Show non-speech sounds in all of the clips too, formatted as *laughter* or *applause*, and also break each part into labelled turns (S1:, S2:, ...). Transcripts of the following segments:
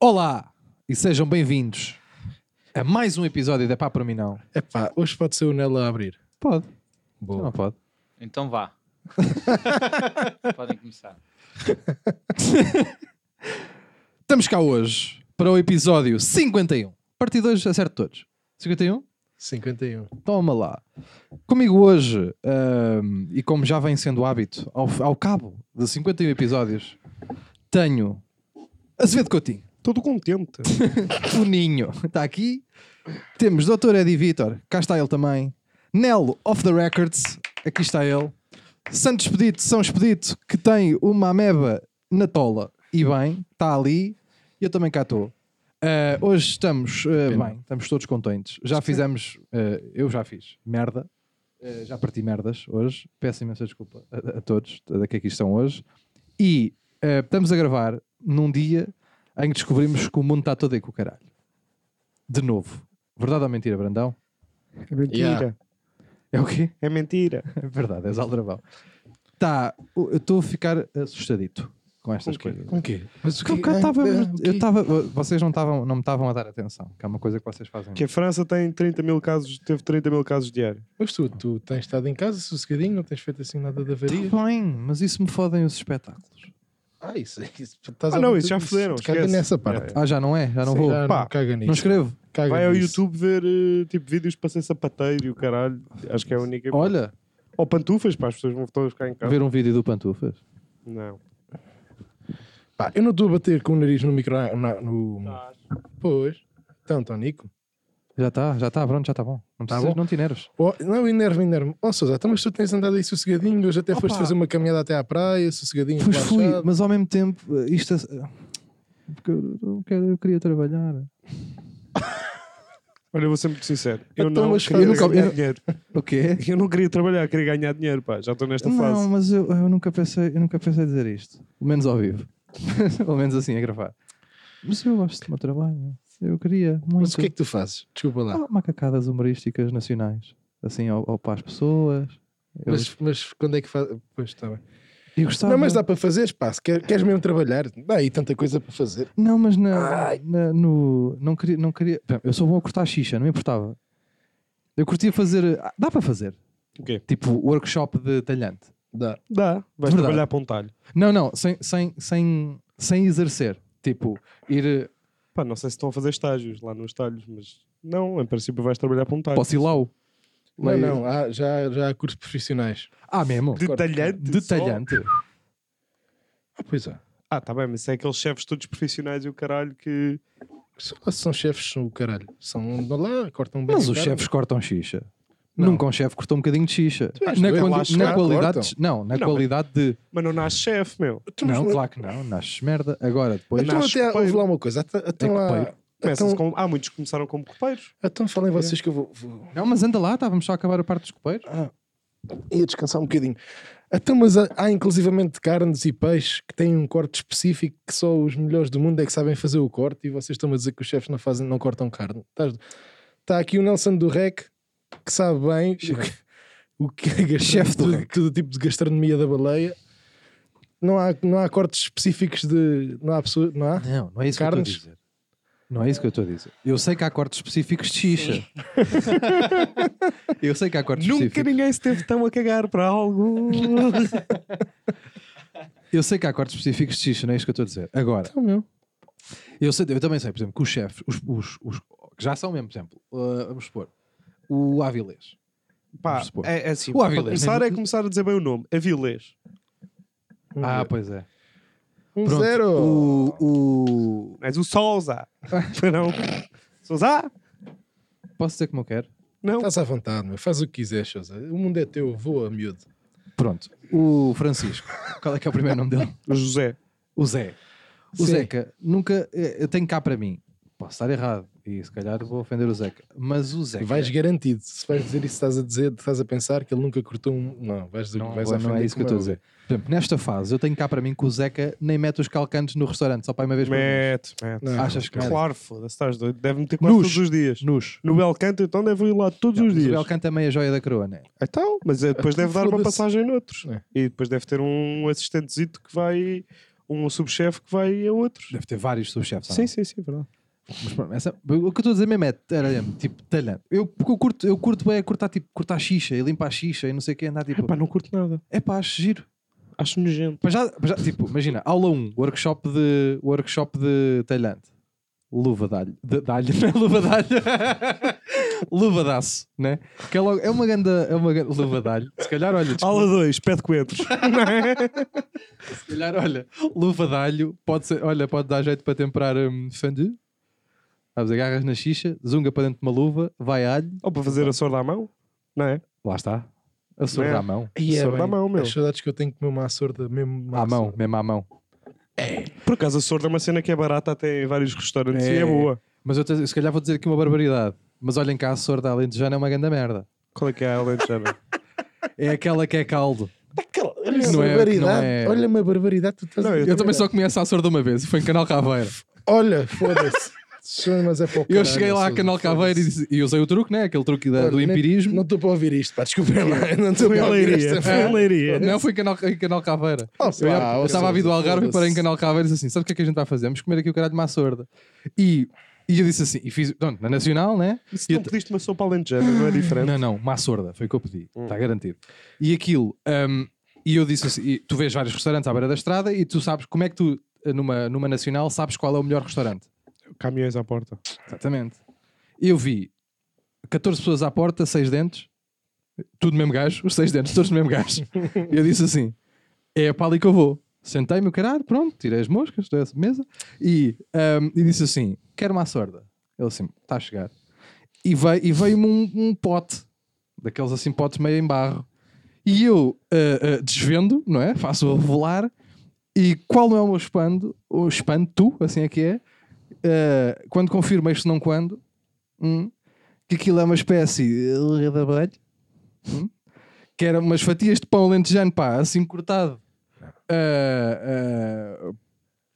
S1: Olá e sejam bem-vindos a mais um episódio da Pá para mim não.
S2: Epá, hoje pode ser o Nela a abrir.
S1: Pode, não
S2: Boa.
S1: pode.
S3: Então *laughs* vá. Podem começar.
S1: Estamos cá hoje para o episódio 51. A partir de hoje acerto todos. 51?
S2: 51.
S1: Toma lá. Comigo hoje, ahm, e como já vem sendo hábito, ao, ao cabo de 51 episódios, tenho Azevedo Coutinho,
S2: Todo contente.
S1: o Ninho, está Tá aqui. Temos Dr. Eddie Vitor, cá está ele também. Nelo, off the records, aqui está ele. Santo Expedito, São Expedito, que tem uma ameba na tola. E bem, está ali. E eu também cá estou. Ah, hoje estamos ah, bem, estamos todos contentes. Já fizemos, ah, eu já fiz merda. Ah, já parti merdas hoje. Peço imensa desculpa a, a todos a- que aqui estão hoje. E ah, estamos a gravar num dia em que descobrimos que o mundo está todo aí com o caralho. De novo. Verdade ou mentira, Brandão?
S4: É mentira.
S2: Yeah.
S1: É o quê? *laughs*
S4: É mentira.
S1: É verdade, és aldrabão. Tá, eu estou a ficar assustadito com estas coisas.
S2: Com quê? Mas o
S1: Porque
S2: quê?
S1: eu estava.
S2: Ah, ah, o quê?
S1: Eu estava. Vocês não estavam não me estavam a dar atenção, que é uma coisa que vocês fazem.
S4: Que a França tem 30 mil casos, teve 30 mil casos diários.
S2: Mas tu, tu tens estado em casa sossegadinho, não tens feito assim nada de avaria?
S1: Está Tá bem, mas isso me fodem os espetáculos.
S2: Ah, isso, isso estás
S4: Ah,
S2: a-
S4: não, isso já fuderam,
S2: Caga
S4: esquece.
S2: nessa parte.
S1: Ah, já não é? Já não
S2: Sim,
S1: vou.
S2: já
S4: Pá,
S2: não é caga nisso.
S1: não escrevo.
S2: Caga
S4: Vai ao
S2: nisso.
S4: YouTube ver eh, tipo, vídeos para ser sapateiro e o caralho. Acho que é a única.
S1: Olha,
S4: Ou pantufas, pá, as pessoas vão todas ficar em casa.
S1: ver um vídeo do Pantufas.
S4: Não.
S2: Pá, eu não estou a bater com o nariz no micro. na- no... Pois. Então, Tonico.
S1: Já está, já está, pronto, já está bom. Não
S2: Tá
S1: precisas,
S2: bom.
S1: não te enerves.
S2: Oh, não, enerva, enerva. Ó, Sousa, então, mas tu tens andado aí sossegadinho. Hoje até foste fazer uma caminhada até à praia, sossegadinho.
S1: Pois fui,
S2: relaxado.
S1: mas ao mesmo tempo, eh, isto. é- Porque eu, eu quero- eu queria trabalhar.
S4: Olha, eu vou ser muito sincero. Eu
S2: Então,
S4: não
S2: mas
S4: queria
S1: eu nunca-
S4: ganhar
S1: eu não-
S4: dinheiro.
S1: O quê?
S4: Eu não queria trabalhar, queria ganhar dinheiro, pá. Já estou nesta
S1: Não,
S4: fase.
S1: mas eu, eu nunca pensei, eu nunca pensei dizer isto. Pelo menos ao vivo. Pelo menos assim a gravar. Mas eu gosto do meu trabalho. Eu queria muito.
S2: Mas o que é que tu fazes? Desculpa lá.
S1: Ah, macacadas humorísticas nacionais. Assim, ao, ao para as pessoas. Eu,
S2: Mas, mas quando é que faz? Pois está bem.
S1: eu gostava.
S2: Não, mas dá para fazer espaço. Quer, queres mesmo trabalhar? Dá aí tanta coisa para fazer.
S1: Não, mas na,
S2: Ai.
S1: na- no, não queria, não queria. Pá, Eu sou bom a cortar xixa, não me importava. Eu curtia fazer. ah, Dá para fazer.
S4: O quê?
S1: Tipo, workshop de talhante.
S2: Dá.
S4: Dá. Vais
S1: Verdade.
S4: trabalhar para um talho.
S1: Não, não, sem, sem, sem, sem exercer. Tipo, ir. eh,
S4: Pá, não sei se estão a fazer estágios lá nos talhos, mas não, em princípio vais trabalhar para um talho.
S1: Posso ir lá?
S2: Não, não, há, já, já há cursos profissionais.
S1: Ah, mesmo?
S4: Detalhante.
S2: *laughs*
S1: Detalhante.
S2: Ah, pois há.
S4: Ah, tá bem, mas é aqueles chefes todos profissionais e o caralho que.
S2: Sei lá se são chefes, são o caralho. São andam lá, cortam bem.
S1: Mas
S2: a
S1: os
S2: carne.
S1: chefes cortam xixa.
S2: Não.
S1: Nunca um chefe cortou um bocadinho de xixa.
S2: és
S1: Na,
S2: doido,
S1: quando-
S2: lá
S1: na
S2: chegar,
S1: qualidade.
S2: é? cortam.
S1: de- não, na
S4: Não,
S1: qualidade de.
S4: Mas não nasce chefe, meu.
S1: Não, claro que não. Nasces merda. Agora, depois.
S2: Então,
S4: Nasce
S2: até há-
S4: copeiro.
S2: houve lá uma coisa. Até, até
S1: É
S2: lá-
S1: copeiro.
S4: Começas
S2: Então-
S4: com- Há muitos que começaram como copeiros.
S2: então falem vocês que eu vou, vou-
S1: Não, mas anda lá, estávamos só a acabar a parte dos copeiros.
S2: ia descansar um bocadinho. Então, mas há, há inclusivamente carnes e peixes que têm um corte específico que só os melhores do mundo é que sabem fazer o corte e vocês estão a dizer que os chefes não, fazem, não cortam carne. Estás- Está aqui o Nelson do Rec que sabe bem o que, o que é gastronomia-
S1: Chefe do
S2: todo-
S1: Rec.
S2: todo tipo de gastronomia da baleia. Não há, não há cortes específicos de. Não há pessoa. Não há?
S1: Não, não é isso
S2: Carnes.
S1: que eu estou a dizer. Não é isso que eu estou a dizer. Eu sei que há cortes específicos de xixa. *laughs* eu sei que há cortes
S4: Nunca
S1: específicos.
S4: ninguém se teve tão a cagar para algo.
S1: Eu sei que há cortes específicos de xixa, não é isso que eu estou a dizer. Agora,
S2: Não, meu.
S1: Eu, sei- eu também sei, por exemplo, que os chefes, os, os- os- que já são mesmo, por exemplo, uh, vamos supor, o Avilés.
S4: *laughs* Pá,
S1: Vamos supor.
S4: é, é assim.
S1: O
S4: para
S1: Avilés.
S4: começar é começar a dizer bem o nome. Avilés.
S2: Um
S1: Ah,
S2: zero.
S1: pois é.
S2: Um
S1: Pronto,
S2: zero.
S1: O, o-
S4: Mas o *laughs* Sousa. não. Sousa?
S1: Posso dizer como eu quero?
S4: Não.
S2: Estás à vontade, meu. Faz o que quiseres, Sousa. O mundo é teu, voa, miúdo.
S1: Pronto. O Francisco. *laughs* Qual é que é o primeiro nome dele?
S4: José.
S1: O Zé. O
S2: Sim.
S1: Zeca nunca. eh, Eu tenho cá para mim. Posso estar errado. E se calhar vou ofender o Zeca. Mas o Zeca.
S2: Vais garantido. Se vais dizer isso, estás a dizer, estás a pensar que ele nunca cortou um. Não, vais dizer
S1: não,
S2: vais
S1: vou- não é
S2: ofender
S1: isso que eu estou
S2: como
S1: a dizer. Por exemplo, nesta fase, eu tenho cá para mim que o Zeca nem mete os calcantes no restaurante, só para uma vez por mês.
S4: Mete, mete.
S2: Não.
S1: Achas que
S4: Claro, foda-se, estás doido. Deve meter quase
S1: Nus.
S4: todos os dias.
S1: Nos.
S4: No Belcanto, então deve ir lá todos os
S1: Mas O
S4: dias.
S1: Belcanto é meia joia da coroa, né?
S4: Então, mas é, depois deve dar uma
S2: Foda-se.
S4: passagem noutros.
S2: É.
S4: E depois deve ter um assistentezito que vai. um subchefe que vai a outros.
S1: Deve ter vários subchefes. ou
S4: Sim,
S1: não? é?
S4: sim, sim, verdade.
S1: Mas pronto, essa- o que eu estou a dizer mesmo é, era, mesmo, tipo, talhando. Eu, porque eu curto, eu curto é cortar, tipo, cortar xixa e limpar xixa e não sei o que, andar tipo,
S4: Pá, não curto nada.
S1: é pá, acho giro.
S4: Acho nojento.
S1: Mas já, mas já, tipo, imagina, aula 1, workshop de, workshop de talhante. Luva de alho. De, de alho, *laughs* não é? Luva de alho. luva de aço, né? Que é, logo, é uma grande, é uma grande luva de alho. Se calhar, olha, desculpa,
S4: Aula 2, pé de coentros. *laughs*
S1: se calhar, olha, luva de alho pode ser, olha, pode dar jeito para temperar hum, fondue. Sabes, agarras na xixa, zunga para dentro de uma luva, vai alho,
S4: Ou para fazer a sorda à mão, não é?
S1: lá está. A surda
S4: É.
S1: à mão.
S2: E é
S4: Sorda à
S2: bem,
S4: mão, meu.
S2: As saudades que eu tenho de comer uma açorda mesmo. uma
S1: À mão,
S2: açorda.
S1: mesmo à mão.
S4: Por acaso a sorda é uma cena que é barata até em vários restaurantes e
S1: É.
S4: é boa.
S1: Mas eu te- se calhar vou dizer aqui uma barbaridade. Mas olhem cá, a sorda alentejana é uma grande merda.
S4: Qual é que é a alentejana?
S1: *laughs* É aquela que é caldo.
S2: Aquela- Olha
S1: Não
S2: uma
S1: é-
S2: barbaridade.
S1: não é-
S2: Olha uma barbaridade. Tu estás a
S4: Não, eu
S1: Eu
S2: dizer.
S1: também só conheço a Sorda uma vez, e foi em Canal Caveira.
S2: Olha, foda-se. Sim, Mas é para o
S1: Eu
S2: caralho,
S1: cheguei lá a
S2: açorda,
S1: Canal Caveira e,
S2: foda-se.
S1: disse- e usei o truque, né? Aquele truque da- do
S2: Olha, nem- Não
S1: empirismo.
S2: estou para ouvir isto, pá, desculpem
S1: *laughs*
S2: lá. Não estou
S4: Foi em
S2: para ouvir
S4: Leiria.
S2: esta
S4: Foi em Leiria.
S1: É. Não, foi em Canal, em canal Caveira.
S2: Oh,
S1: Eu, ia-
S2: pá,
S1: eu
S2: oh,
S1: estava a vir do
S2: foda-se.
S1: Algarve e parei em Canal Caveira e disse assim: sabe o que é que a gente vai fazer? Vamos comer aqui o caralho de uma sorda. E, e eu disse assim: e fiz, pronto, na Nacional, né?
S4: Se
S1: E
S4: não
S1: eu-
S4: pediste uma sopa alentejana, não é diferente?
S1: Não, não, má sorda, foi o que eu pedi,
S2: Hum.
S1: está garantido. E aquilo, hum, e eu disse assim: e tu vês vários restaurantes à beira da estrada e tu sabes como é que tu, numa, numa nacional, sabes qual é o melhor restaurante.
S4: Caminhões à porta.
S1: Exatamente. Eu vi 14 pessoas à porta, 6 dentes, tudo mesmo gajo, os 6 dentes, todos do mesmo gajo. E eu disse assim: é para ali que eu vou. Sentei-me, o caralho, pronto, tirei as moscas da mesa e, ahm, e disse assim: quero uma à sorda. Ele assim: está a chegar. E veio- e veio-me um, um pote, daqueles assim potes meio em barro. E eu ah, ah, desvendo, não é? Faço-o revelar. E qual não é o meu espanto? O espanto, assim é que é, eh, quando confirma isto não quando, hum, que aquilo é uma espécie de trabalho, hum, que era umas fatias de pão lentejano, pá, assim cortado, eh, eh,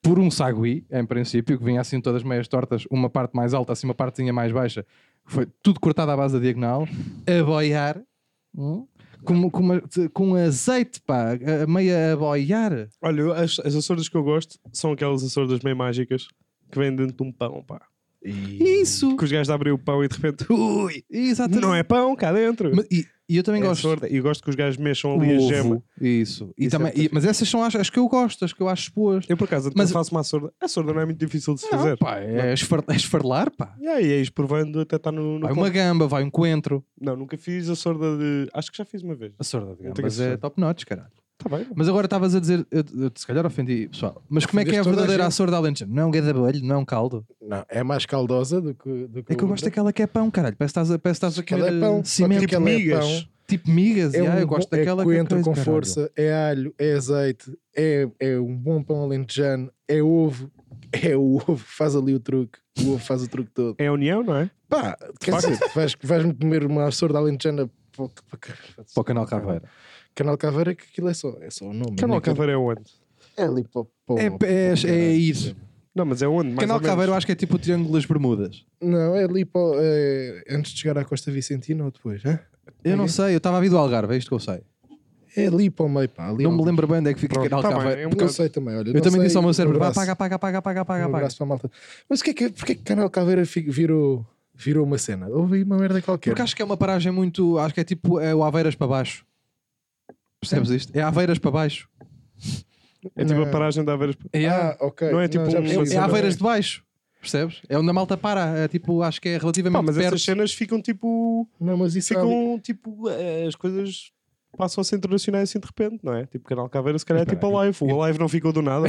S1: por um sagui, em princípio, que vinha assim todas meias tortas, uma parte mais alta, assim uma partezinha mais baixa, foi tudo cortado à base da diagonal, a boiar, hum, com, com, uma- com azeite, pá, a- a meia a boiar.
S4: Olha, eu- as, as açordas que eu gosto são aquelas açordas meio mágicas que vêm dentro de um pão, pá.
S1: Isso!
S4: Que os gajos abrem o pão e de repente, ui,
S1: Exatamente.
S4: não é pão cá dentro.
S1: Mas- E, e eu também
S4: É
S1: gosto.
S4: açorda. E eu gosto que os gajos mexam ali
S1: o
S4: a
S1: ovo,
S4: gema.
S1: Isso. E
S4: Isso é
S1: também,
S4: muito
S1: e- mas essas são as, as que eu gosto, as que eu acho boas.
S4: Eu por acaso
S1: Mas-
S4: mas... faço uma açorda. A açorda não é muito difícil de se fazer.
S1: Não, pá, é, esfar, é esfarlar, pá.
S4: E aí, é isso, provando até estar no, no
S1: Vai
S4: ponto.
S1: uma gamba, vai um coentro.
S4: Não, nunca fiz a sorda de. Acho que já fiz uma vez.
S1: A sorda de
S4: Não tenho
S1: gambas
S4: certeza.
S1: é top notch, caralho.
S4: Está bem.
S1: Mas agora estavas a dizer, eu, eu, se calhar ofendi, pessoal, mas como é que é a
S2: Ofendeste toda a
S1: verdadeira
S2: gente.
S1: açorda alentejana? Não é um gadabalho, não é um caldo.
S2: Não, é mais caldosa do que. Do
S1: É que eu gosto daquela que é pão, caralho. Parece que estás a- parece que estás a
S2: Aquela
S1: comer
S2: é pão,
S1: eh,
S2: só que
S1: cimento,
S4: Tipo
S2: aquela é
S4: migas.
S2: pão.
S1: tipo migas.
S2: É
S1: yeah, eu
S2: um
S1: gosto
S2: bom-
S1: daquela
S2: é
S1: que é
S2: coentro
S1: coisa,
S2: com
S1: caralho.
S2: força, é alho, é azeite, é, é um bom pão alentejano, é ovo, *laughs* é o ovo, faz ali o truque, o ovo faz o truque todo.
S4: É a união, não é?
S2: Pá, quer dizer, vais- vais-me comer uma sorda alentejana para, o- para, o-
S1: Para o canal Caveira.
S2: Canal Caveira, que aquilo é só, é só o nome.
S4: Canal
S2: nem que-
S4: Caveira é onde?
S2: É ali para, o- para o-
S1: É, é,
S2: para o
S1: é
S2: caralho.
S1: ir.
S4: Não, mas é onde? mais
S1: Canal
S4: ou menos.
S1: Caveira eu acho que é tipo o Triângulo das Bermudas.
S2: Não, é ali para, o- é, antes de chegar à Costa Vicentina ou depois, hã?
S1: Eu não
S2: Ok.
S1: sei, eu estava a vir do Algarve, é isto que eu sei.
S2: É ali para o meio, pá. Ali
S1: Não me
S2: onde-
S1: lembro bem onde é que fica
S4: Pronto,
S1: Canal
S4: tá bem,
S1: Caveira.
S4: é um
S2: Não sei também, olha.
S1: Eu
S2: não
S1: também
S2: sei,
S1: disse ao meu cérebro:
S2: um
S1: vá,
S2: abraço.
S1: paga, paga, paga, paga, paga,
S2: Um
S1: paga.
S2: abraço para a malta. Mas o que é que, porque é que Canal Caveira fi- virou, virou uma cena? Houve aí uma merda qualquer.
S1: Porque acho que é uma paragem muito. Acho que é tipo é o Aveiras para baixo. Percebes isto? É Aveiras para baixo.
S4: É tipo
S2: Não.
S4: a paragem da Aveiras.
S1: É, a-
S2: Ah, ok.
S4: Não é tipo
S2: já
S4: um-
S1: é,
S2: percebi.
S1: é Aveiras de baixo. Percebes? É onde a malta para. É tipo, acho que é relativamente
S4: Pá, mas
S1: perto.
S4: essas cenas ficam tipo.
S2: Não, mas isso é ali-
S4: Ficam tipo. eh, As coisas passam a ser internacionais assim de repente, não é? Tipo, Canal Caveira se calhar é tipo a live. O Alive não ficou do
S1: *laughs*
S4: nada.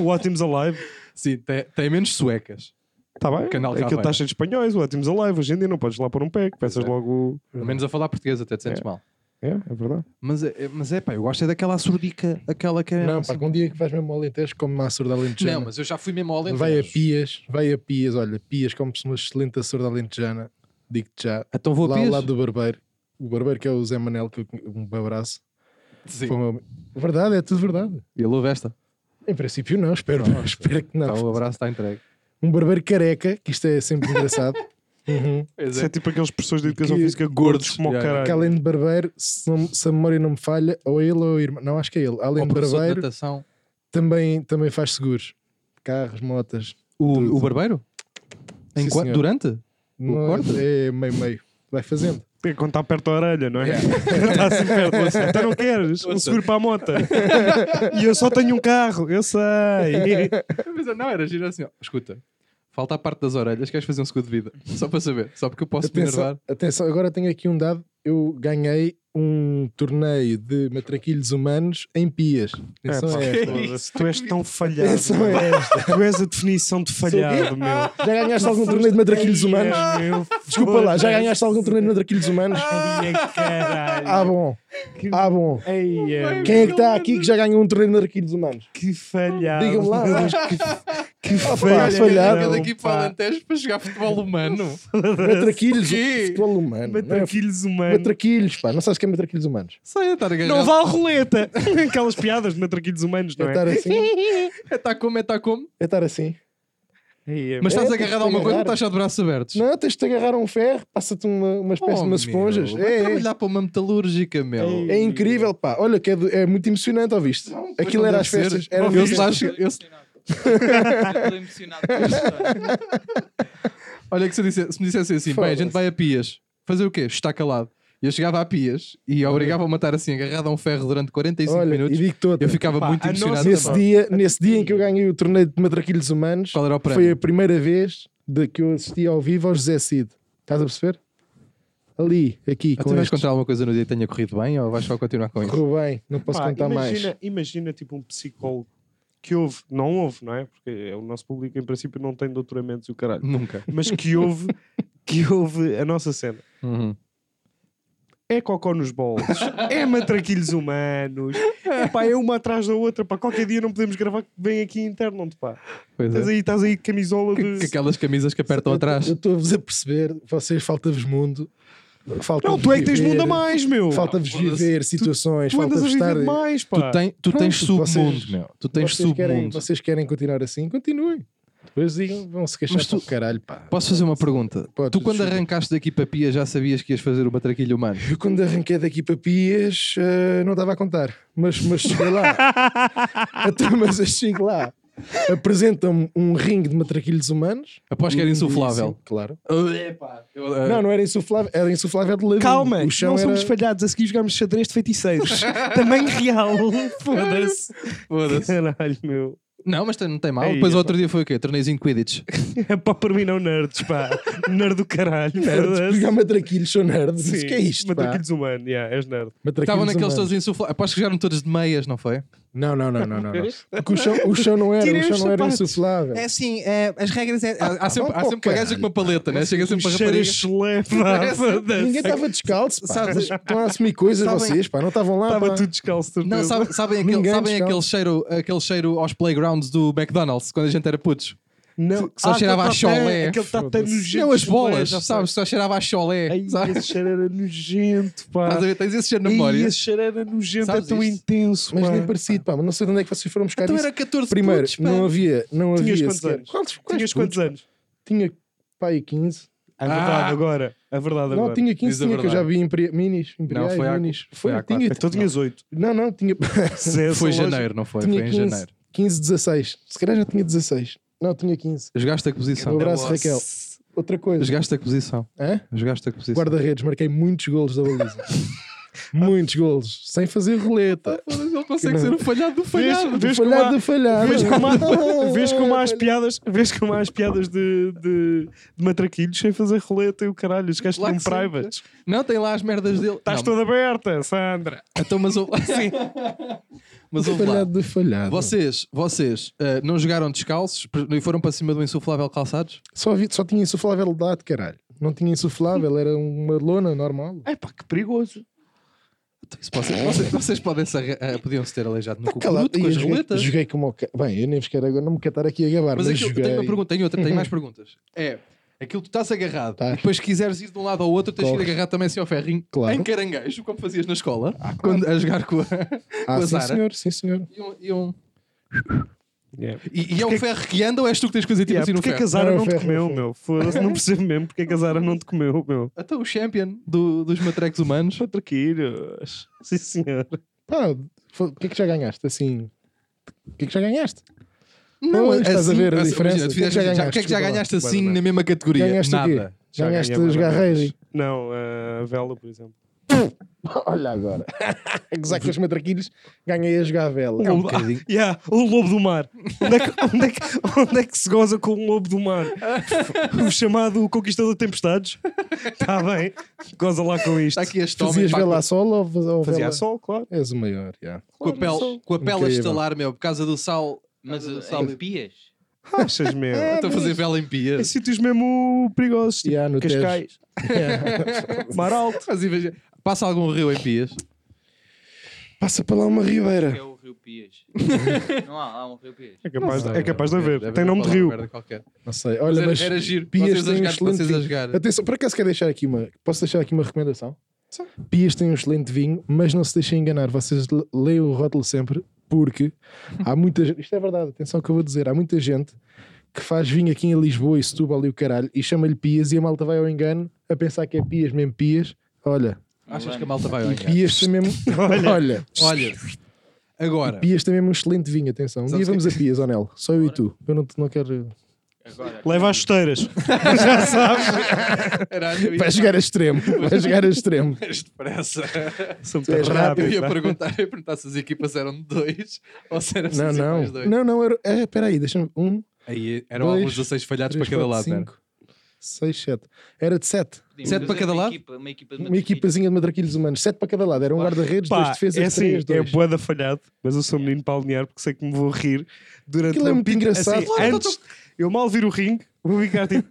S4: o Ótimos Alive.
S1: Sim, tem, tem menos suecas.
S4: Está bem?
S1: Canal
S4: Aquilo
S1: Caveira.
S4: está cheio de espanhóis. O Ótimos Alive. Hoje em dia não podes lá pôr um pack. Peças
S1: é.
S4: logo.
S1: Pelo menos a falar português até te sentes mal.
S4: É, é verdade.
S1: Mas é, é- mas é pá, eu gosto é daquela surdica, aquela que é.
S2: Não, pá, que um dia que vais mesmo ao Alentejo, come uma açorda alentejana.
S1: Não, mas eu já fui mesmo ao Alentejo.
S2: Vai a Pias, vai a Pias, olha, Pias come-se uma excelente açorda alentejana. Digo-te já.
S1: Então vou a
S2: lá ao
S1: Pias?
S2: lado do barbeiro. O barbeiro que é o Zé Manel, que eu- um abraço.
S1: Sim.
S2: Foi o meu- Verdade, é tudo verdade.
S1: E a luva esta.
S2: Em princípio não, espero, *laughs* espero que não.
S1: Então o abraço está entregue.
S2: Um barbeiro careca, que isto é sempre engraçado. uhum.
S4: Isso é tipo aqueles professores de educação
S2: Que-
S4: física gordos como o
S1: Yeah,
S4: caralho.
S1: yeah.
S2: Que além de barbeiro, se, não- se a memória não me falha, ou ele ou o irmão. Não, acho que é ele. Além
S1: Ou
S2: de
S1: professor de
S2: barbeiro,
S1: natação.
S2: também, também faz seguros. Carros, motas.
S1: O,
S2: Tudo.
S1: o barbeiro? Em
S2: Sim,
S1: qua-
S2: senhor.
S1: durante?
S2: Não é-
S1: corte?
S2: é meio-meio. Vai fazendo.
S4: Tem que contar perto da orelha, não é? *laughs*
S2: Yeah.
S4: Está assim perto. assim, Então não queres? Um seguro para a moto. E eu só tenho um carro, eu sei.
S1: *laughs* Mas eu não, era giro assim, ó. Escuta, falta a parte das orelhas, queres fazer um seguro de vida? *laughs* Só para saber, só porque eu posso me enervar.
S2: Atenção, atenção, agora tenho aqui um dado. Eu ganhei um torneio de matraquilhos humanos em Pias. Atenção
S1: Ah,
S2: a esta.
S4: É, foda-se, tu és tão falhado.
S2: Atenção a esta.
S4: Tu és a definição de falhado, meu.
S2: *laughs* Já ganhaste algum torneio de matraquilhos humanos? Desculpa lá, já ganhaste algum torneio de matraquilhos humanos?
S4: Caralho.
S2: Ah, bom. Ah, bom.
S4: Eia,
S2: Quem é que está aqui que já ganhou um torneio de matraquilhos humanos?
S4: que
S1: Ah,
S4: falhado.
S2: Digam-me lá.
S4: Deus, Que, que
S2: pá,
S4: falhado.
S2: falhado.
S1: Cada daqui para o
S4: pá.
S1: Alentejo para jogar futebol humano.
S2: *laughs* Matraquilhos,
S1: Quê?
S2: futebol humano. não é?
S4: Matraquilhos humanos.
S2: Matraquilhos, pá. Não sabes o que é matraquilhos humanos?
S1: *laughs* Só ia estar a ganhar.
S4: Não vale roleta. *laughs* Aquelas piadas de matraquilhos humanos,
S2: É
S4: não
S2: estar
S4: é?
S2: assim.
S1: É tá como, é tá como.
S2: É estar assim.
S4: Eia,
S1: Mas
S2: É,
S1: estás
S2: tens de
S1: agarrado a alguma coisa ou
S2: agarrar.
S1: estás só de braços abertos?
S2: Não, tens de te agarrar a um ferro, passa-te uma, uma espécie de umas
S1: Oh,
S2: esponjas.
S1: meu,
S2: É,
S1: Vai
S2: é.
S1: trabalhar para uma metalúrgica, meu.
S4: Ei.
S2: É incrível, pá. Olha, que é, do- é muito emocionante, ouviste? Aquilo
S1: não deve
S2: era às
S1: ser.
S2: festas. Era
S1: Eu
S2: festas.
S1: só acho- eu-
S3: Estou emocionado com esta história.
S1: Olha que se, eu disse- se me dissessem assim, bem, a gente
S2: Foda-se.
S1: vai a Pias. Fazer o quê? Está calado. E eu chegava a Pias e obrigava-me a estar assim agarrado a um ferro durante 45
S2: Olha,
S1: minutos.
S2: e digo todo.
S1: Eu ficava
S4: Pá,
S1: muito
S4: a
S1: emocionado.
S4: nossa-
S1: também.
S2: Nesse dia, nesse dia em que eu ganhei o torneio de matraquilhos humanos,
S1: Qual era o prémio?
S2: foi a primeira vez de que eu assisti ao vivo ao José Cid. Estás a perceber? Ali, aqui,
S1: Ah,
S2: com
S1: tu vais
S2: estes.
S1: contar alguma coisa no dia que tenha corrido bem ou vais só continuar com isso?
S2: Correu bem, não posso
S4: Pá,
S2: contar
S4: imagina,
S2: mais.
S4: Imagina tipo um psicólogo que houve, não houve, não é? Porque é o nosso público em princípio não tem doutoramentos e o caralho.
S1: Nunca.
S4: Mas que houve, que houve a nossa cena.
S1: Uhum.
S4: É cocó nos bolos, é matraquilhos humanos, é pá, é uma atrás da outra, pá, qualquer dia não podemos gravar, vem aqui interno, pá.
S1: Pois
S4: Estás
S1: é.
S4: aí, estás aí de camisola
S1: Que,
S4: de...
S1: que aquelas camisas que apertam atrás.
S2: Eu estou-vos a perceber, vocês falta-vos mundo. Falta
S4: Não, tu é que tens mundo a mais, meu.
S2: Falta-vos viver situações,
S4: tu andas a
S2: falta-vos estar.
S4: viver demais, pá.
S1: Tu, tem- tu tens
S2: Pronto,
S1: submundo,
S2: vocês-
S1: meu. Tu tens
S2: vocês, querem,
S1: submundo.
S2: vocês querem continuar assim? Continuem. Depois digam, vão se queixar
S1: Mas tu-
S2: do caralho, pá.
S1: Posso fazer uma pergunta?
S2: Podes,
S1: tu, quando
S2: desculpa.
S1: arrancaste daqui para Pia, já sabias que ias fazer o matraquilho humano?
S2: Eu quando arranquei daqui para Pias, eh, não estava a contar, mas, mas
S1: *laughs*
S2: cheguei lá. Até, mas eu chego lá. Apresentam-me um ringue de matraquilhos humanos.
S1: Após que era
S2: E-
S1: insuflável.
S2: sim, claro.
S1: Eu, eh,
S2: Não, não era insuflável, era insuflável de lavinho.
S4: Calma,
S2: o chão
S4: não
S2: era...
S4: somos falhados, a seguir jogamos xadrez de feiticeiros. *laughs* Tamanho real. Foda-se.
S1: foda-se.
S4: Caralho, meu.
S1: Não, mas tem- não tem mal.
S4: Ei,
S1: Depois
S4: é
S1: outro dia foi o quê? Torneizinho de Quidditch.
S4: É pá, para mim não nerds, pá. Nerd do caralho.
S2: Nerds,
S4: foda-se.
S2: jogar matraquilhos são nerds.
S4: Sim,
S2: Isso que é isto? pá?
S4: Matraquilhos humanos, yeah, és nerd.
S2: Matraquilhos
S1: Estavam naqueles
S2: humanos.
S1: todos insufláveis. Após que jogaram todos de meias, não foi?
S2: Não, não, não, não,
S4: *laughs*
S2: não. não. Porque o chão, o chão não era,
S4: Tirem
S2: o chão
S4: os
S2: não era
S4: sapatos. É.
S2: insuflável.
S1: sim, as regras assim, é. Há, há sempre,
S2: vá
S1: há
S2: para o
S1: sempre uma gaja
S2: oh, caralho.
S1: com uma paleta, né? Chega sempre para
S4: Cheira a
S1: rapariga.
S4: chulé,
S1: *laughs*
S4: pá. foda-se.
S2: Ninguém estava descalço, pá.
S1: Sabes-
S2: Vocês Estão a assumir coisas
S1: Sabem-
S2: vocês, pá. Não estavam lá,
S4: Estava
S2: pá.
S4: tudo descalço. certeza.
S1: Não, sabe- sabem, aquele,
S2: Ninguém
S1: sabem
S2: descalço.
S1: aquele, cheiro, aquele cheiro aos playgrounds do McDonald's quando a gente era putos?
S4: Não.
S1: que só
S4: Ah,
S1: cheirava
S4: aquele
S1: a chulé.
S4: tatã- Aquele tatã
S2: Foda-se.
S4: nojento.
S1: Não, as
S4: de
S1: bolas,
S4: chulé, já
S1: sabes? Só cheirava a cholé.
S4: sei. Ai,
S1: sabes?
S4: esse cheiro era nojento, pá.
S1: Estás a ver? Tens esse cheiro na
S4: Ai,
S1: memória.
S4: esse cheiro era nojento, é
S1: Sabes
S4: tão
S1: isto?
S4: intenso,
S2: Mas
S4: pá.
S2: nem parecido, pá. Mas não sei de onde é que vocês foram buscar
S1: Então
S2: isso.
S1: era 14
S2: Primeiro,
S1: putos, pá.
S2: não havia. Não
S4: Tinhas
S2: havia
S4: quantos
S2: sequer-
S4: anos?
S2: Quantos, quantos
S4: Tinhas quantos
S2: putos?
S4: anos?
S2: Tinha, pá, aí 15.
S1: Ah.
S4: A verdade agora. A verdade
S2: não,
S4: agora.
S2: tinha
S1: Diz
S2: 15,
S1: a
S2: tinha, que eu já
S1: verdade.
S2: vi impre... minis. Imperiais,
S1: foi há-
S2: minis.
S1: foi há
S2: tinha,
S4: Então tinhas oito.
S2: Não, não, tinha. *laughs*
S4: é
S1: Foi em janeiro, não foi?
S2: tinha
S1: Foi em
S2: 15,
S1: janeiro.
S2: 15, 16. Se calhar já tinha 16. Não, tinha 15.
S1: Jogaste a posição.
S2: Um abraço, Raquel. Outra coisa.
S1: Jogaste a posição.
S2: Hã?
S1: Jogaste a posição.
S2: Guarda-redes, marquei muitos golos
S1: *laughs*
S2: da baliza. muitos golos. Sem fazer roleta.
S1: Ele
S2: Que
S1: consegue
S2: não-
S1: ser o falhado do falhado.
S4: Vês como há-
S2: Falhado de falhado.
S4: Vês como há, vês como há as piadas, vês como há as piadas de, de, de matraquilhos sem fazer roleta e o caralho, os gajos
S1: Claro
S4: tinham
S1: que sim.
S4: privates.
S1: Não, tem lá as merdas dele.
S4: Estás
S1: não,
S4: toda aberta, Sandra.
S1: então, mas ouve Sim. *laughs* Mas ouve lá.
S2: Falhado de falhado.
S1: Vocês, vocês eh, não jogaram descalços e foram para cima do insuflável calçados?
S2: Só, vi- só tinha insuflável de lado, caralho. Não tinha insuflável, era uma lona normal.
S4: É pá, que perigoso.
S1: Então, isso pode ser- Vocês, vocês podem se arra- eh, podiam-se ter aleijado no
S2: Tá Calado,
S1: cucuruto com
S2: eu
S1: as
S2: joguei,
S1: roletas.
S2: joguei como o ca- Bem, eu nem vos quero agora, não me quero estar aqui a gabar, mas,
S1: Mas aquilo,
S2: joguei.
S1: tenho uma pergunta, tenho outra, tenho
S2: *laughs*
S1: mais perguntas. É, aquilo tu estás agarrado
S2: Tá.
S1: e depois se quiseres ir de um lado ao outro, tens que
S2: Corres.
S1: ir agarrado também assim ao ferrinho
S2: Claro.
S1: em caranguejo, como fazias na escola, quando, a jogar
S2: *laughs*
S1: com a,
S2: Ah,
S1: com a
S2: sim
S1: Zara.
S2: senhor, sim senhor.
S1: E, um, e, um- e- e é um ferro que anda ou és tu que tens que fazer tipo
S4: Yeah,
S1: assim no
S4: porque é
S1: ferro?
S4: que a Zara
S2: Não,
S4: não, te
S2: ferro,
S4: comeu,
S2: ferro.
S4: meu? Foda-se, não percebo mesmo porque é que a Zara não te comeu, meu.
S1: Até Então, o champion do- dos matrecos humanos.
S4: Matraquilhos. Sim, senhor.
S2: Pá, foi- o que é que já ganhaste? Assim, O que é que já ganhaste?
S1: Não,
S2: Pois, estás a ver a
S1: assim,
S2: diferença.
S1: imagina, tu
S2: O que é que já
S1: fizeste- já-
S2: ganhaste?
S1: O que é que já
S4: Desculpa lá.
S1: ganhaste assim
S4: Guarda bem.
S1: na mesma categoria?
S2: Ganhaste o quê?
S1: Nada.
S4: Já
S2: Ganhaste
S4: ganhei
S2: os
S4: uma
S2: garreiros?
S4: vez. Não, a vela, por exemplo.
S2: *laughs* Olha agora. *laughs*
S1: *laughs*
S2: Gozar com os matraquilhos, ganhei a jogar a vela.
S1: um
S4: O-
S1: bocadinho.
S4: Ah, yeah, o lobo do mar. Onde é, que, onde, é que, onde é que se goza com um lobo do mar? O chamado Conquistador de Tempestades. Está bem, goza lá com isto.
S1: Está aqui este homem
S2: Fazias
S1: pá,
S2: vela Tá a solo ou, faz- ou
S4: Fazia
S2: vela?
S4: a sol, claro.
S2: És o maior, já.
S1: com a
S4: Claro,
S1: pele, com a pele a
S2: Incrível.
S1: estalar, meu, por causa do sal.
S3: Mas
S1: Por causa do
S3: uh,
S1: sal.
S3: em pias?
S4: Achas mesmo?
S1: Estou a fazer vela em pia.
S4: Em sítios mesmo perigosos. Tipo
S2: É, Yeah, no *laughs*
S4: Cascais. Mar alto.
S1: Mas imagina, Passa algum rio em pias?
S2: Passa para lá uma
S3: Que
S2: ribeira.
S3: é o rio Pias. Não há, há um rio Pias.
S4: É capaz, de-
S2: Não sei.
S4: é capaz de
S1: Deve
S4: haver. Tem nome de
S1: uma
S4: rio.
S1: merda qualquer.
S2: Não sei. Olha,
S1: era-
S2: mas
S1: era giro.
S2: Pias
S1: Vocês a
S2: tem um
S1: jogar,
S2: excelente
S1: vocês a
S2: vinho.
S1: jogar.
S2: Atenção, por acaso quero deixar aqui uma... Posso deixar aqui uma recomendação? Pias tem um excelente vinho, mas não se deixem enganar. Vocês le- leem o rótulo sempre, porque há muita gente... Isto é verdade, atenção ao que eu vou dizer. Há muita gente que faz vinho aqui em Lisboa e Setúbal e o caralho, e chama-lhe Pias, e a malta vai ao engano a pensar que é Pias, mesmo Pias. Olha,
S1: Achas
S3: Não
S1: que é a malta vai ao
S2: e
S1: engano?
S2: Pias tem mesmo... Olha...
S1: *laughs* Olha, agora,
S2: Pias também é um excelente vinho, atenção. Um
S1: Sabes
S2: dia vamos a Pias, Onel. Só eu e tu. Eu não, não quero.
S3: Agora.
S4: Leva às chuteiras.
S1: caralho,
S2: Vai jogar a extremo. Vai jogar a extremo.
S1: isto depressa.
S4: São muito
S2: Tu és rápido,
S1: Eu ia
S4: pá.
S1: perguntar, eu ia perguntar se as equipas eram de dois ou se eram
S2: Não,
S1: seis e mais
S2: não.
S1: dois.
S2: Não, não. Era... É, peraí, deixa-me. Um,
S1: Aí eram
S2: Dois,
S1: alguns 16 falhados
S2: três,
S1: para cada lado,
S2: quatro,
S1: não era?
S2: cinco, seis, sete. Era de sete.
S3: podíamos
S1: Sete para
S3: fazer
S1: cada
S3: é uma
S1: lado?
S3: Equipa, uma equipa de
S2: Uma equipazinha de matraquilhos humanos. Sete para cada lado. Era um guarda-redes, dois
S4: Pá,
S2: defesas,
S4: é assim, é
S2: três, dois.
S4: boeda falhado, mas eu sou menino para alinhar porque sei que me vou rir durante
S2: Aquilo é
S4: uma
S2: muito
S4: pit-
S2: engraçado. então
S4: assim,
S2: Claro,
S4: antes, eu mal viro o ringue, vou ficar
S2: *laughs*
S4: tipo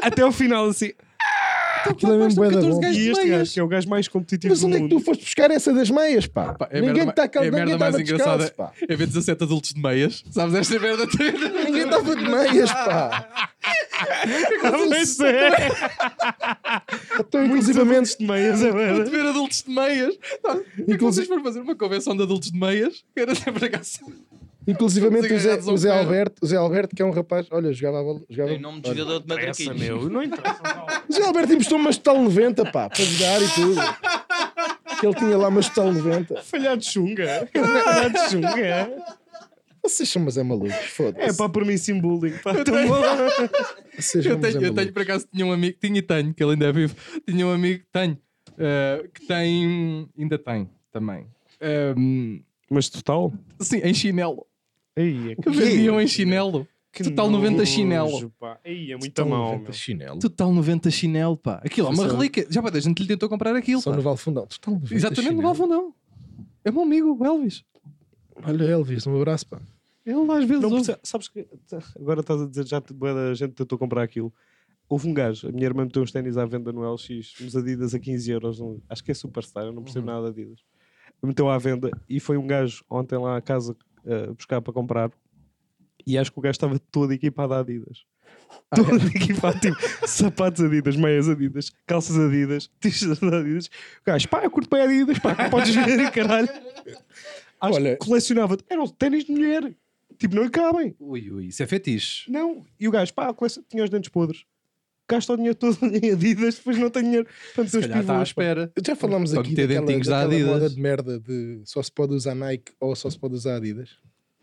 S4: até ao final assim.
S2: Aquilo é mesmo boeda bom.
S4: E este gajo, que é o gajo mais competitivo
S2: Mas
S4: do
S2: onde é que tu
S4: mundo.
S2: foste buscar essa das meias, pá?
S1: Pá, é a
S2: Ninguém
S1: merda
S2: está
S1: ma-
S2: cá,
S1: é a merda
S2: ninguém estava
S1: mais
S2: descalço,
S1: engraçada.
S2: pá.
S1: É ver 17 adultos de meias. Sabes esta merda
S2: *laughs*
S1: toda?
S2: Ninguém estava de meias, pá.
S1: *laughs*
S4: Mas é,
S1: é
S2: Então, inclusivamente,
S4: de meias, é
S1: De
S4: verdade.
S1: ver adultos de meias. Tá. É que vocês foram fazer uma convenção de adultos de meias. que Era sempre cá.
S2: Inclusivamente o Zé,
S1: Desagradados ao
S2: o Zé
S1: pé.
S2: Alberto, o Zé Alberto, que é um rapaz, olha, jogava a bola. Jogava,
S3: Tem nome de
S2: olha.
S3: jogador de
S4: Essa,
S3: matraquilhos.
S4: meu, não interessa.
S2: O Zé Alberto emprestou uma estotal 90, pá, para jogar e tudo. Que ele tinha lá uma estotal 90.
S4: Falhado de chunga. é. Falhado de chunga.
S2: Vocês são, mas é maluco,
S4: É
S2: foda-se.
S4: pá, por mim sim bullying. Pá, tão bom.
S2: Vocês são,
S1: Eu tenho,
S2: mas é
S1: eu tenho,
S2: maluco.
S1: por acaso, tinha um amigo, tinha e tenho, que ele ainda é vivo, tinha um amigo, tenho, eh, que tem, ainda tem também. Ehm,
S4: Mas total?
S1: sim, em chinelo.
S4: Aí, é que-
S2: um
S1: Vendiam em chinelo. Total 90 chinelo.
S4: pá. Aí, é muito
S2: Estão
S4: mau,
S2: 90
S4: meu.
S2: chinelo.
S1: Total 90 chinelo, pá. Aquilo é uma
S2: Só-
S1: relíquia. Já, pá, a gente lhe tentou comprar aquilo.
S2: Só
S1: pá.
S2: no Valfundão. Total 90
S1: Exatamente,
S2: chinelo.
S1: no Alvão É meu amigo, o Elvis.
S2: Olha, Elvis, um abraço, pá.
S1: Ele às vezes
S4: Não,
S1: ouve.
S4: perce- sabes que t- agora estás a dizer já te- bué da gente tentou comprar aquilo. Houve um gajo, a minha irmã meteu uns ténis à venda no LX, uns Adidas a 15 euros, um- acho que é Superstar, eu não percebo nada de Adidas. Meteu à venda e foi um gajo ontem lá à casa eh, buscar para comprar. E acho que o gajo estava todo equipado a Adidas. Todo equipado, tipo, sapatos Adidas, meias Adidas, calças Adidas, t-shirts Adidas. O gajo, pá, eu curto bem Adidas, pá, como podes ver, caralho. Acho
S2: Olha-
S4: que colecionava, eram ténis de mulher. Tipo, não lhe cabem.
S1: Ui, ui, isso é fetiche.
S4: Não. E o gajo, pá, a coleção- tinha os dentes podres. Gasta o dinheiro todo *laughs* em Adidas, depois não tem dinheiro. Portanto,
S1: Se calhar tá, é está à espera.
S2: Já falámos
S1: Só
S2: aqui
S1: meter
S2: daquela,
S1: dentinhos da
S2: daquela
S1: Adidas.
S2: moda de merda de só se pode usar Nike ou só se pode usar Adidas.